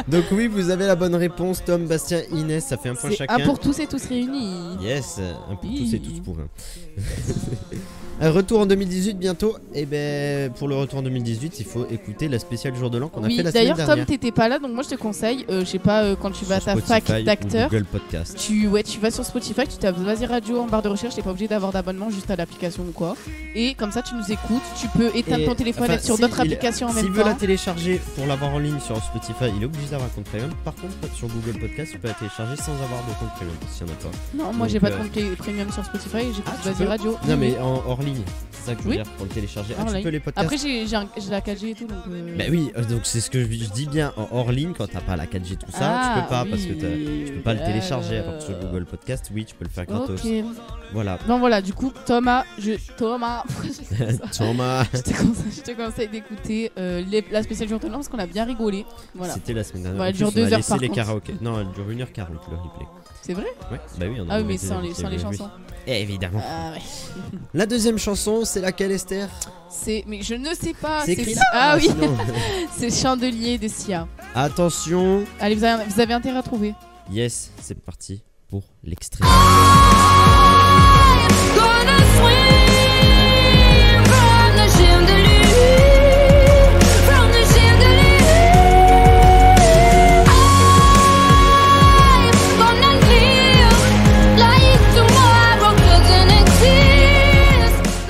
S4: Donc oui, vous avez la bonne réponse, Tom, Bastien, Inès, ça fait un point
S3: C'est
S4: chacun.
S3: un pour tous et tous réunis.
S4: Yes, un pour
S3: Oui.
S4: tous et tous pour un. un retour en 2018 bientôt. Et ben pour le retour en 2018, il faut écouter la spéciale jour de l'an qu'on a
S3: Oui,
S4: fait la semaine
S3: d'ailleurs, Tom,
S4: dernière.
S3: t'étais pas là, donc moi je te conseille, euh, je sais pas, euh, quand tu vas à
S4: Sur
S3: ta fac
S4: Spotify ou
S3: d'acteur,
S4: Google Podcast.
S3: tu, ouais, tu vas sur Spotify, tu tapes Vas-y Radio en barre de recherche, t'es pas obligé d'avoir d'abonnement juste à l'application ou quoi. Et comme ça, tu nous écoutes, tu peux éteindre
S4: Et-
S3: ton téléphone,
S4: enfin,
S3: être sur
S4: si,
S3: d'autres
S4: il-
S3: applications en
S4: S'il
S3: même
S4: veut la
S3: temps.
S4: télécharger pour l'avoir en ligne sur Spotify, il est obligé d'avoir un compte premium. Par contre, sur Google Podcast, tu peux la télécharger sans avoir de compte premium s'il y en a pas.
S3: Non, moi
S4: Donc,
S3: j'ai pas de
S4: euh,
S3: compte pré- premium sur Spotify, j'ai
S4: Ah, tu
S3: Vas-y
S4: peux
S3: Radio.
S4: Non, mais en, hors ligne, c'est ça que je veux
S3: Oui.
S4: dire pour le télécharger. Ah,
S3: Hors
S4: tu
S3: ligne.
S4: peux les podcasts.
S3: Après, j'ai j'ai un- j'ai la 4G et tout, donc. euh,
S4: Bah oui, euh, donc c'est ce que je, je dis bien en hors ligne quand t'as pas la 4G tout ça, tu
S3: Ah,
S4: peux pas parce que
S3: oui,
S4: t'as- tu peux pas le
S3: euh,
S4: télécharger. Alors que sur Google Podcast, oui, tu peux le faire gratos.
S3: Ok.
S4: Voilà.
S3: Non, voilà, du coup, Thomas, je. Thomas. je sais pas.
S4: Thomas,
S3: Je te conseille, je te conseille d'écouter euh, les- la spéciale journée parce qu'on a bien rigolé. Voilà,
S4: c'était la semaine dernière.
S3: Bon, elle
S4: En
S3: dure
S4: plus, on a
S3: deux heures,
S4: laissé
S3: par
S4: les
S3: contre.
S4: karaokés. Non, elle dure 1h40 le replay.
S3: c'est vrai
S4: Ouais, bah oui, on a
S3: Ah oui,
S4: mis
S3: mais
S4: des
S3: sans les,
S4: petits-
S3: sans les
S4: oui, oui.
S3: chansons.
S4: Évidemment.
S3: Ah ouais.
S4: La deuxième chanson, c'est laquelle, Esther
S3: C'est, mais je ne sais pas.
S4: C'est écrit là.
S3: Ah oui,
S4: sinon.
S3: c'est Chandelier des Sia.
S4: Attention,
S3: Allez, vous avez, vous avez intérêt à trouver.
S4: yes, c'est parti pour l'extrait.
S9: Gonna swim from the chandelier, from the chandelier. I'm gonna live like tomorrow doesn't exist.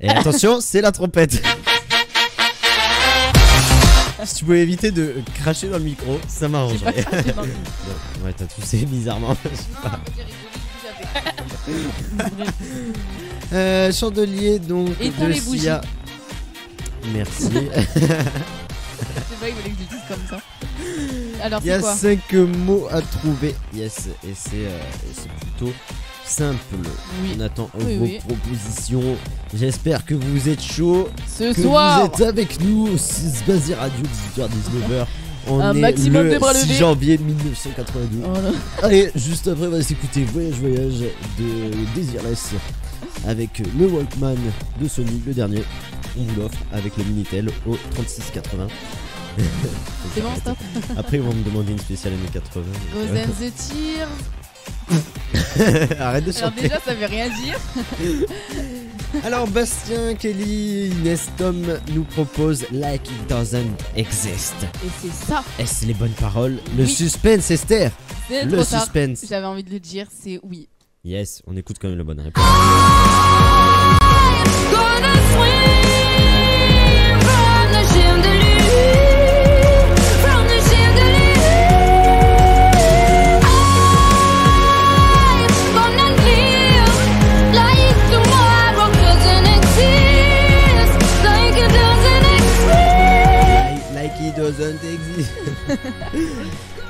S4: Et attention, c'est la trompette. Si tu pouvais éviter de cracher dans le micro, ça m'arrangerait. Ouais, t'as toussé bizarrement. Euh, chandelier donc
S3: Éteins
S4: de
S3: les bougies.
S4: Sia. Merci.
S3: Je sais pas, il voulait que je le dise comme ça. Alors,
S4: Il y a
S3: c'est quoi
S4: 5 mots à trouver. Yes, et c'est euh, et c'est plutôt simple.
S3: Oui.
S4: On attend
S3: Oui,
S4: vos
S3: oui.
S4: propositions. J'espère que vous êtes chaud,
S3: Ce
S4: que
S3: soir,
S4: vous êtes avec nous au 6 Basé Radio 18h-19h. On
S3: Un
S4: est
S3: maximum
S4: le
S3: de bras
S4: 6
S3: levés.
S4: janvier 1992.
S3: Voilà.
S4: Allez, juste après, on va s'écouter Voyage Voyage de Désirless avec le Walkman de Sony, le dernier. On vous l'offre avec le Minitel au 3680.
S3: c'est bon, stop.
S4: Après, ils vont me demander une spéciale années 80.
S3: Go and the Tears.
S4: Arrête de
S3: Alors,
S4: chanter.
S3: déjà, ça veut rien dire.
S4: Alors, Bastien, Kelly, Inès, Tom nous propose Like It Doesn't Exist.
S3: Et c'est ça.
S4: Est-ce les bonnes paroles Le
S3: Oui.
S4: suspense, Esther
S3: C'est
S4: Le
S3: trop tard.
S4: suspense.
S3: J'avais envie de le dire, c'est oui.
S4: Yes, on écoute quand même la bonne réponse.
S9: Gonna swim from the chandelier, from the chandelier. I'm gonna live like tomorrow doesn't exist, like it doesn't exist.
S4: Like, like It Doesn't Exist.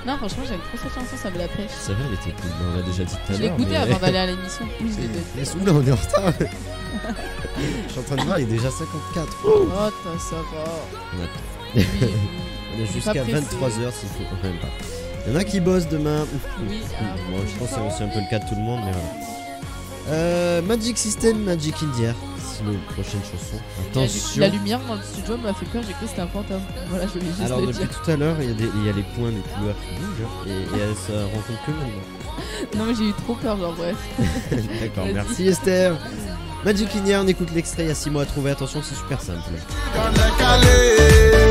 S3: Non, franchement, j'aime trop cette chanson, ça me la pêche.
S4: C'est vrai, elle était cool. On l'a déjà dit tout à
S3: Je
S4: l'heure.
S3: l'écoutais
S4: mais-
S3: avant d'aller à l'émission. Oui, je l'ai dit.
S4: Yes, Oula, on est en retard. Je suis en train de voir, il est déjà 54.
S3: Oh, t'as- ça va.
S4: On a-
S3: Oui, oui.
S4: On est
S3: J'ai
S4: jusqu'à
S3: pas pressé.
S4: 23h s'il faut quand même pas. Il y en a qui bossent demain.
S3: Oui, ah,
S4: Bon, je pense que c'est aussi un peu le cas de tout le monde, mais voilà. Euh, Magic System, Magic India. C'est la prochaine chanson.
S3: La,
S4: Attention.
S3: la lumière dans le studio m'a fait peur, j'ai cru que c'était un fantôme. Voilà, je voulais juste
S4: Alors
S3: le
S4: depuis
S3: dire.
S4: tout à l'heure, il y, a des- il y a les points, les couleurs qui bougent hein, et, et elles se rencontrent que maintenant.
S3: Non, mais j'ai eu trop peur, genre, bref.
S4: D'accord,
S3: Vas-y.
S4: merci Esther. Magic India, on écoute l'extrait, il y a 6 mots à trouver, attention c'est super simple.
S6: Dans le calais,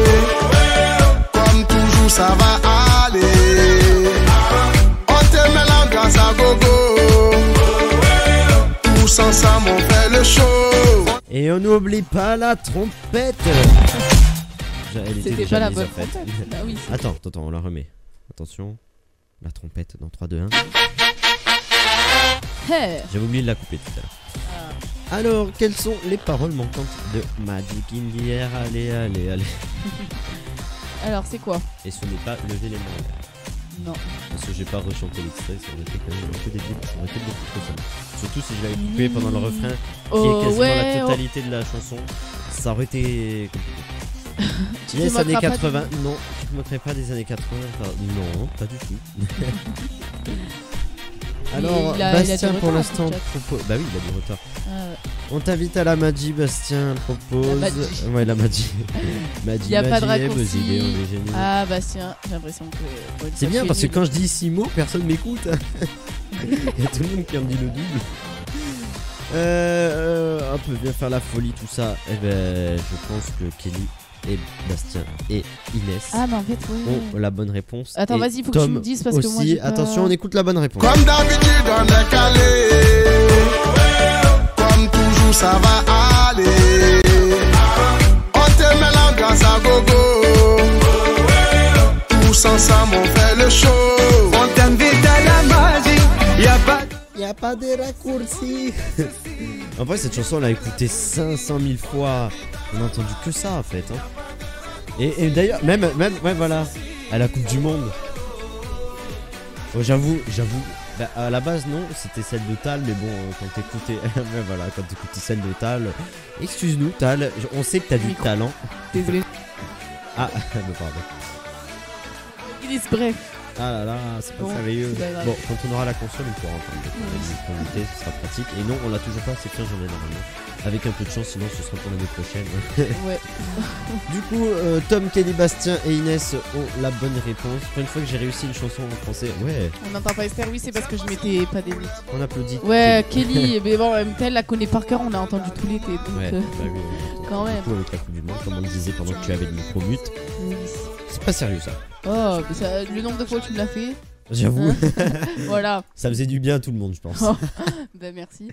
S6: comme toujours ça va aller. On t'aime la grâce à gogo. Tous ensemble on fait le show.
S4: Et on n'oublie pas la trompette Elle était
S3: C'était
S4: déjà
S3: pas la
S4: mise,
S3: bonne
S4: en fait.
S3: trompette. Bah oui, c'est-
S4: Attends, attends, on la remet. Attention. La trompette dans 3, 2, 1.
S3: Hey.
S4: J'avais oublié de la couper tout à l'heure.
S3: Ah.
S4: Alors, quelles sont les paroles manquantes de Magic India Allez, allez, allez.
S3: Alors, c'est quoi
S4: Et ce n'est pas lever les mains en l'air.
S3: Non.
S4: Parce que j'ai pas rechanté l'extrait, ça aurait été quand même un peu débile. Ça aurait été beaucoup trop simple. Surtout si je l'avais coupé pendant le refrain, qui est
S3: Oh,
S4: quasiment la
S3: ouais, oh,
S4: totalité de la chanson. Ça aurait été compliqué.
S3: tu te
S4: Les années
S3: moqueras pas de-
S4: 80, non, tu te moquerais pas des années 80, enfin, non, pas du tout. Alors,
S3: il a- il a du
S4: Bastien,
S3: retard,
S4: pour
S3: hein,
S4: l'instant,
S3: Snapchat.
S4: propose. Bah oui, il a du retard.
S3: Ah ouais.
S4: On t'invite à la magie, Bastien propose.
S3: La magie.
S4: Ouais, la magie. magie,
S3: Y a pas de
S4: magie,
S3: raccourci.
S4: bonne idée, on est géniaux.
S3: Ah bah tiens, j'ai l'impression que.
S4: C'est bien parce que
S3: que
S4: quand je dis six mots, personne m'écoute. Il y a tout le monde qui en dit le double. Euh, euh, on peut bien faire la folie, tout ça. Eh ben, je pense que Kelly et Bastien et Inès
S3: Ah mais en fait ouais.
S4: ont la bonne réponse.
S3: Attends,
S4: Et
S3: vas-y, faut que tu
S4: Tom
S3: me dises parce
S4: aussi.
S3: que moi j'ai pas-
S4: Attention, on écoute la bonne réponse.
S6: Comme d'habitude, on est calé. Comme toujours, ça va aller. On te mélange grâce à gogo. Tous ensemble, on fait le show.
S5: On t'invite à la magie, y a pas
S4: Y a pas de raccourcis. en vrai, cette chanson, on l'a écoutée 500 000 fois. On n'a entendu que ça, en fait. hein. Et, et d'ailleurs, même, même, ouais, voilà, à la Coupe du Monde. Oh, j'avoue, j'avoue. Bah, à la base, non, c'était celle de Tal, mais bon, euh, quand t'écoutais, ouais, voilà, quand t'écoutais celle de Tal, excuse-nous, Tal, je- on sait que t'as du
S3: Micro.
S4: talent.
S3: Désolé.
S4: Ah, mais pardon.
S3: Il est bref.
S4: Ah là là, c'est pas
S3: Bon,
S4: merveilleux.
S3: c'est pas grave.
S4: Bon, quand on aura la console, on pourra entendre des invités, ce sera pratique. Et non, on l'a toujours pas, c'est 15 journées normalement. Avec un peu de chance, sinon ce sera pour l'année prochaine.
S3: Ouais.
S4: du coup, euh, Tom, Kelly, Bastien et Inès ont la bonne réponse. Pour une fois que j'ai réussi une chanson en français, ouais,
S3: On n'entend pas Esther, oui c'est parce que je m'étais pas délit.
S4: on applaudit.
S3: Ouais, Kelly, mais bon, en même temps, elle la connaît par cœur, on a entendu tout l'été. Donc,
S4: Ouais,
S3: euh,
S4: bah oui, oui.
S3: Quand
S4: Du
S3: même.
S4: coup, avec la Coupe du Monde, comme on le disait pendant que tu avais le micro mute,
S3: oui.
S4: c'est pas sérieux ça.
S3: Oh, mais ça- le nombre de fois que tu me l'as fait,
S4: J'avoue,
S3: voilà.
S4: ça faisait du bien à tout le monde, je pense.
S3: Bah merci.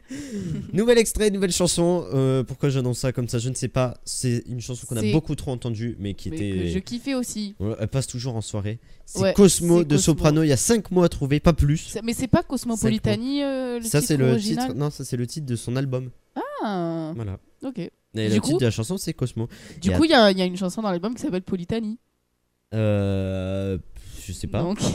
S4: Nouvel extrait, nouvelle chanson. Euh, pourquoi j'annonce ça comme ça Je ne sais pas. C'est une chanson qu'on a
S3: C'est-
S4: beaucoup trop entendue, mais qui
S3: Mais que je
S4: était.
S3: kiffais aussi.
S4: Ouais, Elle passe toujours en soirée. C'est
S3: Ouais,
S4: Cosmo
S3: c'est
S4: de
S3: Cosmo.
S4: Soprano. Il y a 5 mots à trouver, pas plus.
S3: Ça- Mais c'est pas Cosmopolitanie euh, le
S4: ça,
S3: titre
S4: c'est le
S3: original
S4: titre. Non, ça, c'est le titre de son album.
S3: Ah,
S4: Voilà.
S3: ok.
S4: Et
S3: Du
S4: le
S3: coup-
S4: titre de la chanson, c'est Cosmo.
S3: Du
S4: Et
S3: coup, il y a, il y a une chanson dans l'album qui s'appelle Politanie.
S4: Euh. Je sais pas.
S3: Donc...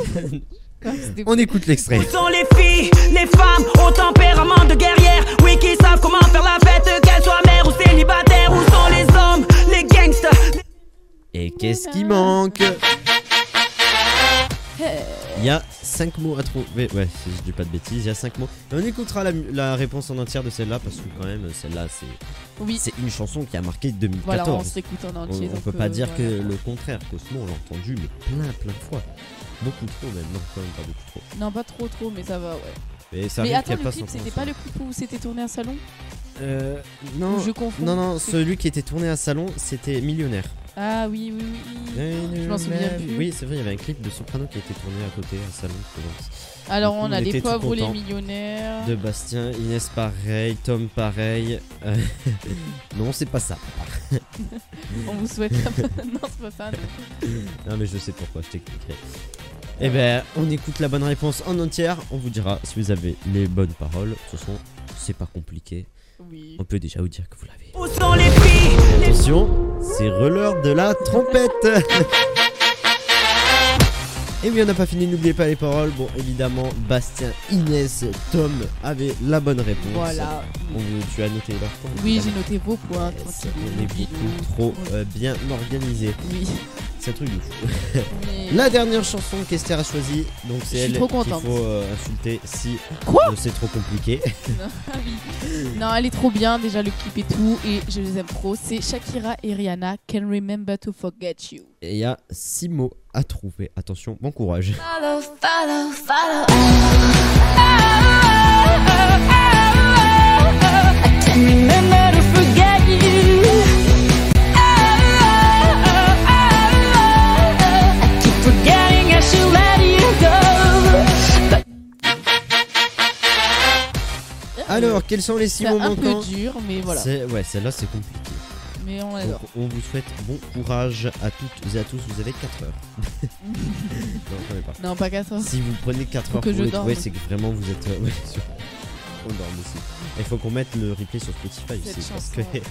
S3: Ah, c'était-
S4: On écoute l'extrait.
S7: Où sont les filles, les femmes au tempérament de guerrière Oui, qui savent comment faire la fête, qu'elles soient mères ou célibataires. Où sont les hommes, les gangsters
S4: Et qu'est-ce qui manque Il y a 5 mots à trouver. Ouais, si je dis pas de bêtises, il y a 5 mots. Et on écoutera la, mu- la réponse en entière de celle-là parce que, quand même, celle-là, c'est.
S3: Oui,
S4: C'est une chanson qui a marqué 2014.
S3: voilà, on se l'écoute en entier.
S4: on, on
S3: donc,
S4: peut pas
S3: euh,
S4: dire
S3: voilà.
S4: que le contraire. Cosmo, on l'a entendu, mais plein, plein de fois. Beaucoup trop, même. Non, quand même pas beaucoup trop.
S3: Non, pas trop, trop, mais ça va, ouais.
S4: Mais, ça
S3: mais
S4: arrive qu'il
S3: attends,
S4: y a
S3: le
S4: pas
S3: clip,
S4: 100%.
S3: c'était pas le clip où c'était tourné un salon
S4: Euh,
S3: Ou
S4: non,
S3: je confonds
S4: non, non,
S3: C'est-
S4: celui qui était tourné à Salon, c'était Millionnaire.
S3: Ah oui, oui, oui. oui.
S4: Je
S3: m'en souviens plus.
S4: Oui, c'est vrai, il y avait un clip de Soprano qui a été tourné à côté à Salon. je pense.
S3: Alors,
S4: Du coup,
S3: on a
S4: on était
S3: les
S4: tout
S3: pauvres, les
S4: contents.
S3: millionnaires.
S4: De Bastien, Inès pareil, Tom pareil. Euh, non, c'est pas ça.
S3: On vous souhaite la bonne. non, c'est pas ça. non.
S4: Non mais je sais pourquoi, je t'expliquerai. Eh ben, on écoute la bonne réponse en entière. On vous dira si vous avez les bonnes paroles. De toute façon, c'est pas compliqué.
S3: Oui.
S4: On peut déjà vous dire que vous l'avez.
S7: Où sont les filles
S4: Attention, c'est releur de la trompette. Et oui, on n'a pas fini. N'oubliez pas les paroles. Bon, évidemment, Bastien, Inès, Tom avaient la bonne réponse.
S3: Voilà.
S4: On veut- tu as noté leur point.
S3: Oui, j'ai
S4: évidemment.
S3: noté vos points.
S4: Yes,
S3: tranquille.
S4: On est beaucoup trop euh, bien organisé.
S3: Oui.
S4: C'est un truc de fou.
S3: Mais-
S4: La dernière chanson qu'Esther a choisie, donc c'est
S3: Je suis
S4: elle
S3: trop
S4: qu'il
S3: contente.
S4: faut euh, insulter si
S3: Quoi
S4: euh, c'est trop compliqué.
S3: Ah oui. Non, elle est trop bien, déjà le clip et tout, et je les aime trop. C'est Shakira et Rihanna, Can Remember to Forget You.
S4: Et il y a six mots à trouver. Attention, bon courage.
S9: Follow, follow, follow.
S4: Alors, quels sont les six
S3: C'est
S4: mots
S3: un
S4: manquants
S3: peu dur, mais voilà.
S4: C'est- Ouais, celle-là c'est compliqué.
S3: Mais on
S4: Donc,
S3: l'adore.
S4: on vous souhaite bon courage à toutes et à tous. Vous avez 4 heures. non, j'en ai pas.
S3: Non, pas 4 heures.
S4: Si vous prenez 4 heures
S3: que
S4: pour
S3: je
S4: les
S3: dorme.
S4: trouver, c'est que vraiment vous êtes. euh, ouais, sur- On dort aussi. Il faut qu'on mette le replay sur Spotify
S3: Cette
S4: aussi. Parce
S3: chanson.
S4: que
S3: oui.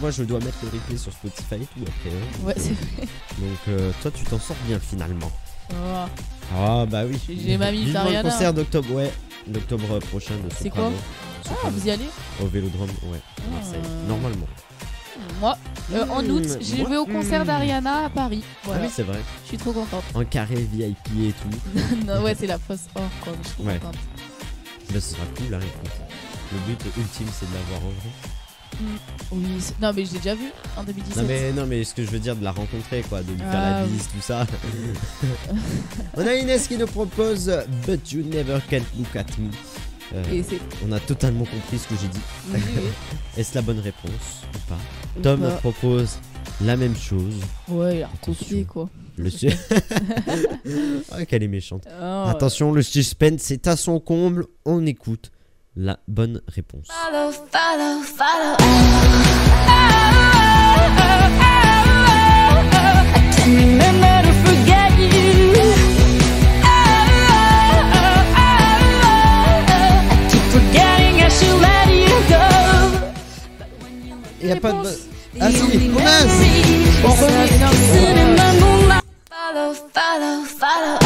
S4: moi je dois mettre le replay sur Spotify et tout après. hein.
S3: Ouais, c'est vrai.
S4: Donc euh, toi tu t'en sors bien finalement.
S3: Oh,
S4: Ah bah oui.
S3: J'ai- j'ai ma mine
S4: Vivement le
S3: Tariana.
S4: concert d'octobre, ouais, d'octobre prochain de
S3: C'est
S4: Soprano.
S3: ah,
S4: Soprano
S3: vous y allez
S4: Au Vélodrome, ouais, à Marseille.
S3: Ah.
S4: Normalement.
S3: Moi, euh, en août,
S4: Mmh,
S3: je
S4: moi-
S3: vais au concert
S4: mmh.
S3: d'Ariana à Paris.
S4: Ah
S3: Voilà,
S4: oui, c'est vrai.
S3: je suis trop contente.
S4: En carré VIP et tout. Bah,
S3: non, ouais, c'est la fausse or, quoi, mais je suis trop
S4: Ouais.
S3: contente.
S4: Bah, ce sera cool la réponse. Le but ultime, c'est de l'avoir en vrai.
S3: Oui, c'est- non, mais je l'ai déjà vu en 2017.
S4: Non mais, non, mais ce que je veux dire, de la rencontrer, quoi, de lui faire
S3: Ah,
S4: la
S3: oui.
S4: bise, tout ça. on a Inès qui nous propose But You Never Can Look At Me. Euh,
S3: Et c'est.
S4: on a totalement compris ce que j'ai dit.
S3: oui, oui.
S4: Est-ce la bonne réponse ou pas
S3: Ou
S4: Tom
S3: pas.
S4: propose la même chose.
S3: Ouais, il a recopié quoi.
S4: Le su- Ah, qu'elle est méchante.
S3: Oh.
S4: Attention, le suspense est à son comble. On écoute la bonne réponse.
S9: Follow, follow, follow.
S4: Il n'y a pas de.
S3: Réponse.
S4: bo- Ah si, Gomez
S3: Bon, bah, oui, non, mais-
S9: Follow, follow, follow.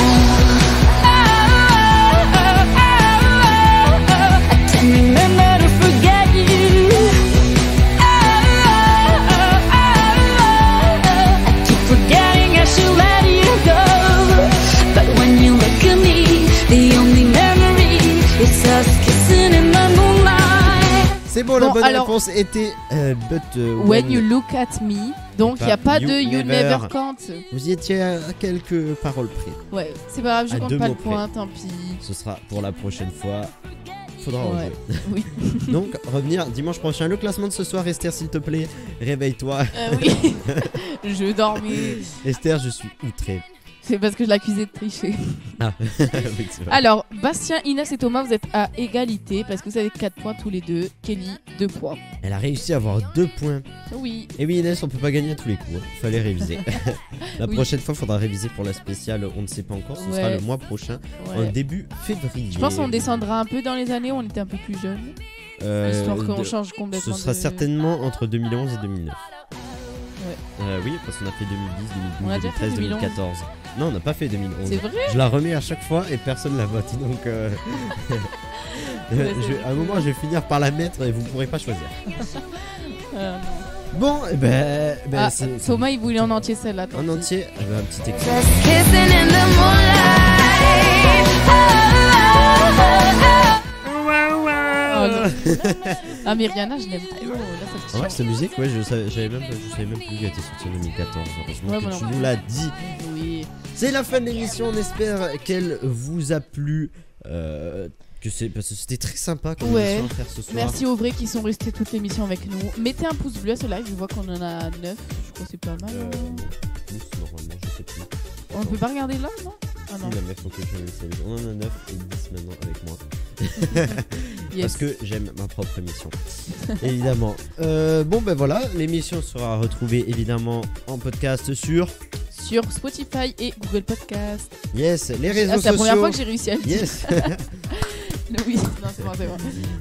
S4: C'est bon, la
S3: Bon,
S4: bonne
S3: alors-
S4: réponse était. euh, but euh,
S3: When you look at me. Donc,
S4: Et
S3: il n'y a
S4: pas
S3: pas
S4: you
S3: de You
S4: never.
S3: never count.
S4: Vous y étiez à quelques paroles près.
S3: Ouais, c'est pas grave, je
S4: À deux
S3: compte pas
S4: mots
S3: le point, tant pis.
S4: Ce sera pour la prochaine fois. Faudra
S3: Ouais.
S4: rejouer.
S3: Oui.
S4: Donc, revenir dimanche prochain. Le classement de ce soir, Esther, s'il te plaît, réveille-toi.
S3: Euh, oui, je dormais.
S4: Esther, je suis outré.
S3: C'est parce que je l'accusais de tricher.
S4: Ah, oui, c'est vrai.
S3: Alors, Bastien, Inès et Thomas, vous êtes à égalité parce que vous avez 4 points tous les deux. Kelly, 2 points.
S4: Elle a réussi à avoir deux points.
S3: Oui.
S4: Et oui, Inès, on peut pas gagner à tous les coups. hein. Fallait réviser. la
S3: Oui.
S4: prochaine fois, faudra réviser pour la spéciale. On ne sait pas encore. Ce sera
S3: Ouais.
S4: le mois prochain,
S3: ouais.
S4: en début février.
S3: Je pense qu'on descendra un peu dans les années où on était un peu plus jeunes.
S4: Euh,
S3: histoire qu'on
S4: de-
S3: change complètement.
S4: Ce sera
S3: de-
S4: certainement entre 2011 et 2009.
S3: Ouais.
S4: Euh, oui, parce qu'on a fait 2010, 2012,
S3: On a déjà fait
S4: 2013, 2014. Non, on n'a pas fait 2011.
S3: C'est vrai
S4: Je la remets à chaque fois et personne la vote. Donc, euh,
S3: Ouais,
S4: je-
S3: c'est
S4: à un moment, je vais finir par la mettre et vous ne pourrez pas choisir.
S3: Euh, non.
S4: Bon, eh ben, eh ben,
S3: Ah,
S4: c'est- c'est-
S3: Thomas, il voulait en entier celle-là.
S4: En entier, eh ben, un petit extrait.
S9: Kissing in the moonlight. Oh,
S3: Ah, non. ah, mais Rihanna, je l'aime trop. Là, ça fait
S4: En
S3: chier.
S4: vrai, cette musique, ouais, je savais, j'avais même, je savais même plus qu'elle était sortie en 2014. Heureusement
S3: Ouais,
S4: que
S3: voilà.
S4: tu nous l'as dit.
S3: Oui.
S4: C'est la fin de l'émission, on espère qu'elle vous a plu. euh, que c'est parce que c'était très sympa comme
S3: Ouais.
S4: émission à faire ce soir.
S3: Merci aux vrais qui sont restés toute l'émission avec nous. Mettez un pouce bleu à ce live, je vois qu'on en a 9. Je crois que c'est pas mal.
S4: Euh, plus normalement, je sais plus.
S3: On peut pas regarder là, non Ah non.
S4: Si, la meuf, faut que je me salue. On en a 9 et 10 maintenant avec moi.
S3: Yes.
S4: Parce que j'aime ma propre émission. évidemment. Euh, bon, ben voilà, l'émission sera retrouvée évidemment en podcast sur
S3: Sur Spotify et Google Podcast.
S4: Yes, les réseaux
S3: Ah, c'est la
S4: sociaux.
S3: première fois que j'ai réussi à le dire.
S4: Yes.
S3: Oui, non, c'est bon, c'est bon.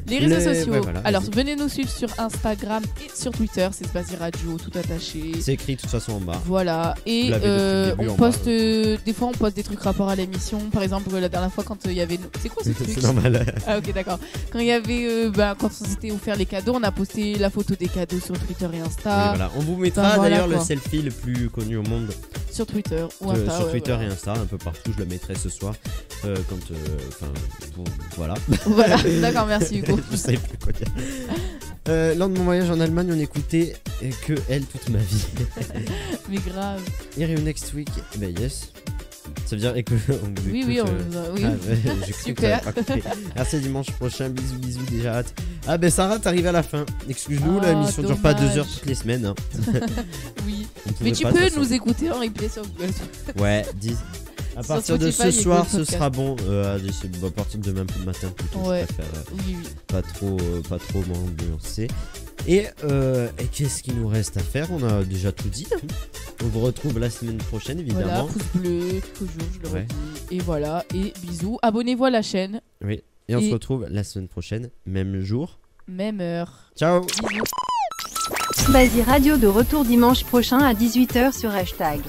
S3: Les réseaux
S4: Le-
S3: sociaux.
S4: ouais, ben voilà,
S3: Alors,
S4: vas-y.
S3: venez nous suivre sur Instagram et sur Twitter, c'est Spazi Radio, tout attaché.
S4: c'est écrit de toute façon en bas.
S3: Voilà,
S4: Vous
S3: et
S4: l'avez depuis
S3: euh,
S4: le début, en
S3: on poste
S4: bas.
S3: euh, des fois on poste des trucs rapport à l'émission. Par exemple, euh, la dernière fois quand euh, il y avait. C'est quoi ce truc
S4: C'est normal.
S3: Ah, ok, d'accord. Quand il y avait. euh, bah, quand on s'était offert les cadeaux, on a posté la photo des cadeaux sur Twitter et
S4: Oui,
S3: Insta.
S4: voilà. On vous mettra
S3: Enfin, Ah. voilà,
S4: d'ailleurs le
S3: quoi.
S4: selfie le plus connu au monde
S3: Sur Twitter ou
S4: euh,
S3: Insta.
S4: sur
S3: ouais,
S4: Twitter
S3: voilà.
S4: et Insta, un peu partout. Je le mettrai ce soir. euh, quand. euh, Enfin, pour- voilà.
S3: Voilà, d'accord, merci Hugo.
S4: je sais plus quoi dire. Euh, lors de mon voyage en Allemagne, on écoutait euh, que elle toute ma vie.
S3: Mais grave.
S4: Hear you next week. Bah yes. Ça veut dire et que on vous
S3: Oui,
S4: écoute,
S3: oui, on...
S4: euh,
S3: oui.
S4: Ah ouais, j'ai cru que
S3: Super.
S4: t'avais pas compris. Merci à dimanche prochain, bisous bisous déjà hâte. Ah ben Sarah t'arrives à la fin. Excuse-nous, la
S3: Ah,
S4: mission dure pas deux
S3: dommage.
S4: heures toutes les semaines. hein.
S3: oui.
S4: On pouvait
S3: Mais tu
S4: pas, de toute
S3: peux
S4: façon.
S3: nous écouter en replay sur Google.
S4: Ouais, dis. À
S3: Sur
S4: partir de ce
S3: Spotify, il y a
S4: soir,
S3: que
S4: ce
S3: le podcast.
S4: sera bon. Euh, ah, je sais- bon, à partir de demain plus matin plutôt,
S3: Ouais.
S4: je préfère euh,
S3: Oui, oui.
S4: pas trop, euh, pas trop m'ambiancer. Et, euh, et qu'est-ce qu'il nous reste à faire On a déjà tout dit. hein. On vous retrouve la semaine prochaine
S3: Voilà,
S4: évidemment.
S3: pouce bleu, toujours, je le
S4: Ouais.
S3: redis. Et voilà, et bisous. Abonnez-vous à la chaîne,
S4: Oui. Et on
S3: Et-
S4: se retrouve la semaine prochaine, même jour.
S3: même heure.
S4: Ciao.
S2: Spazi Radio de retour dimanche prochain à 18h sur hashtag.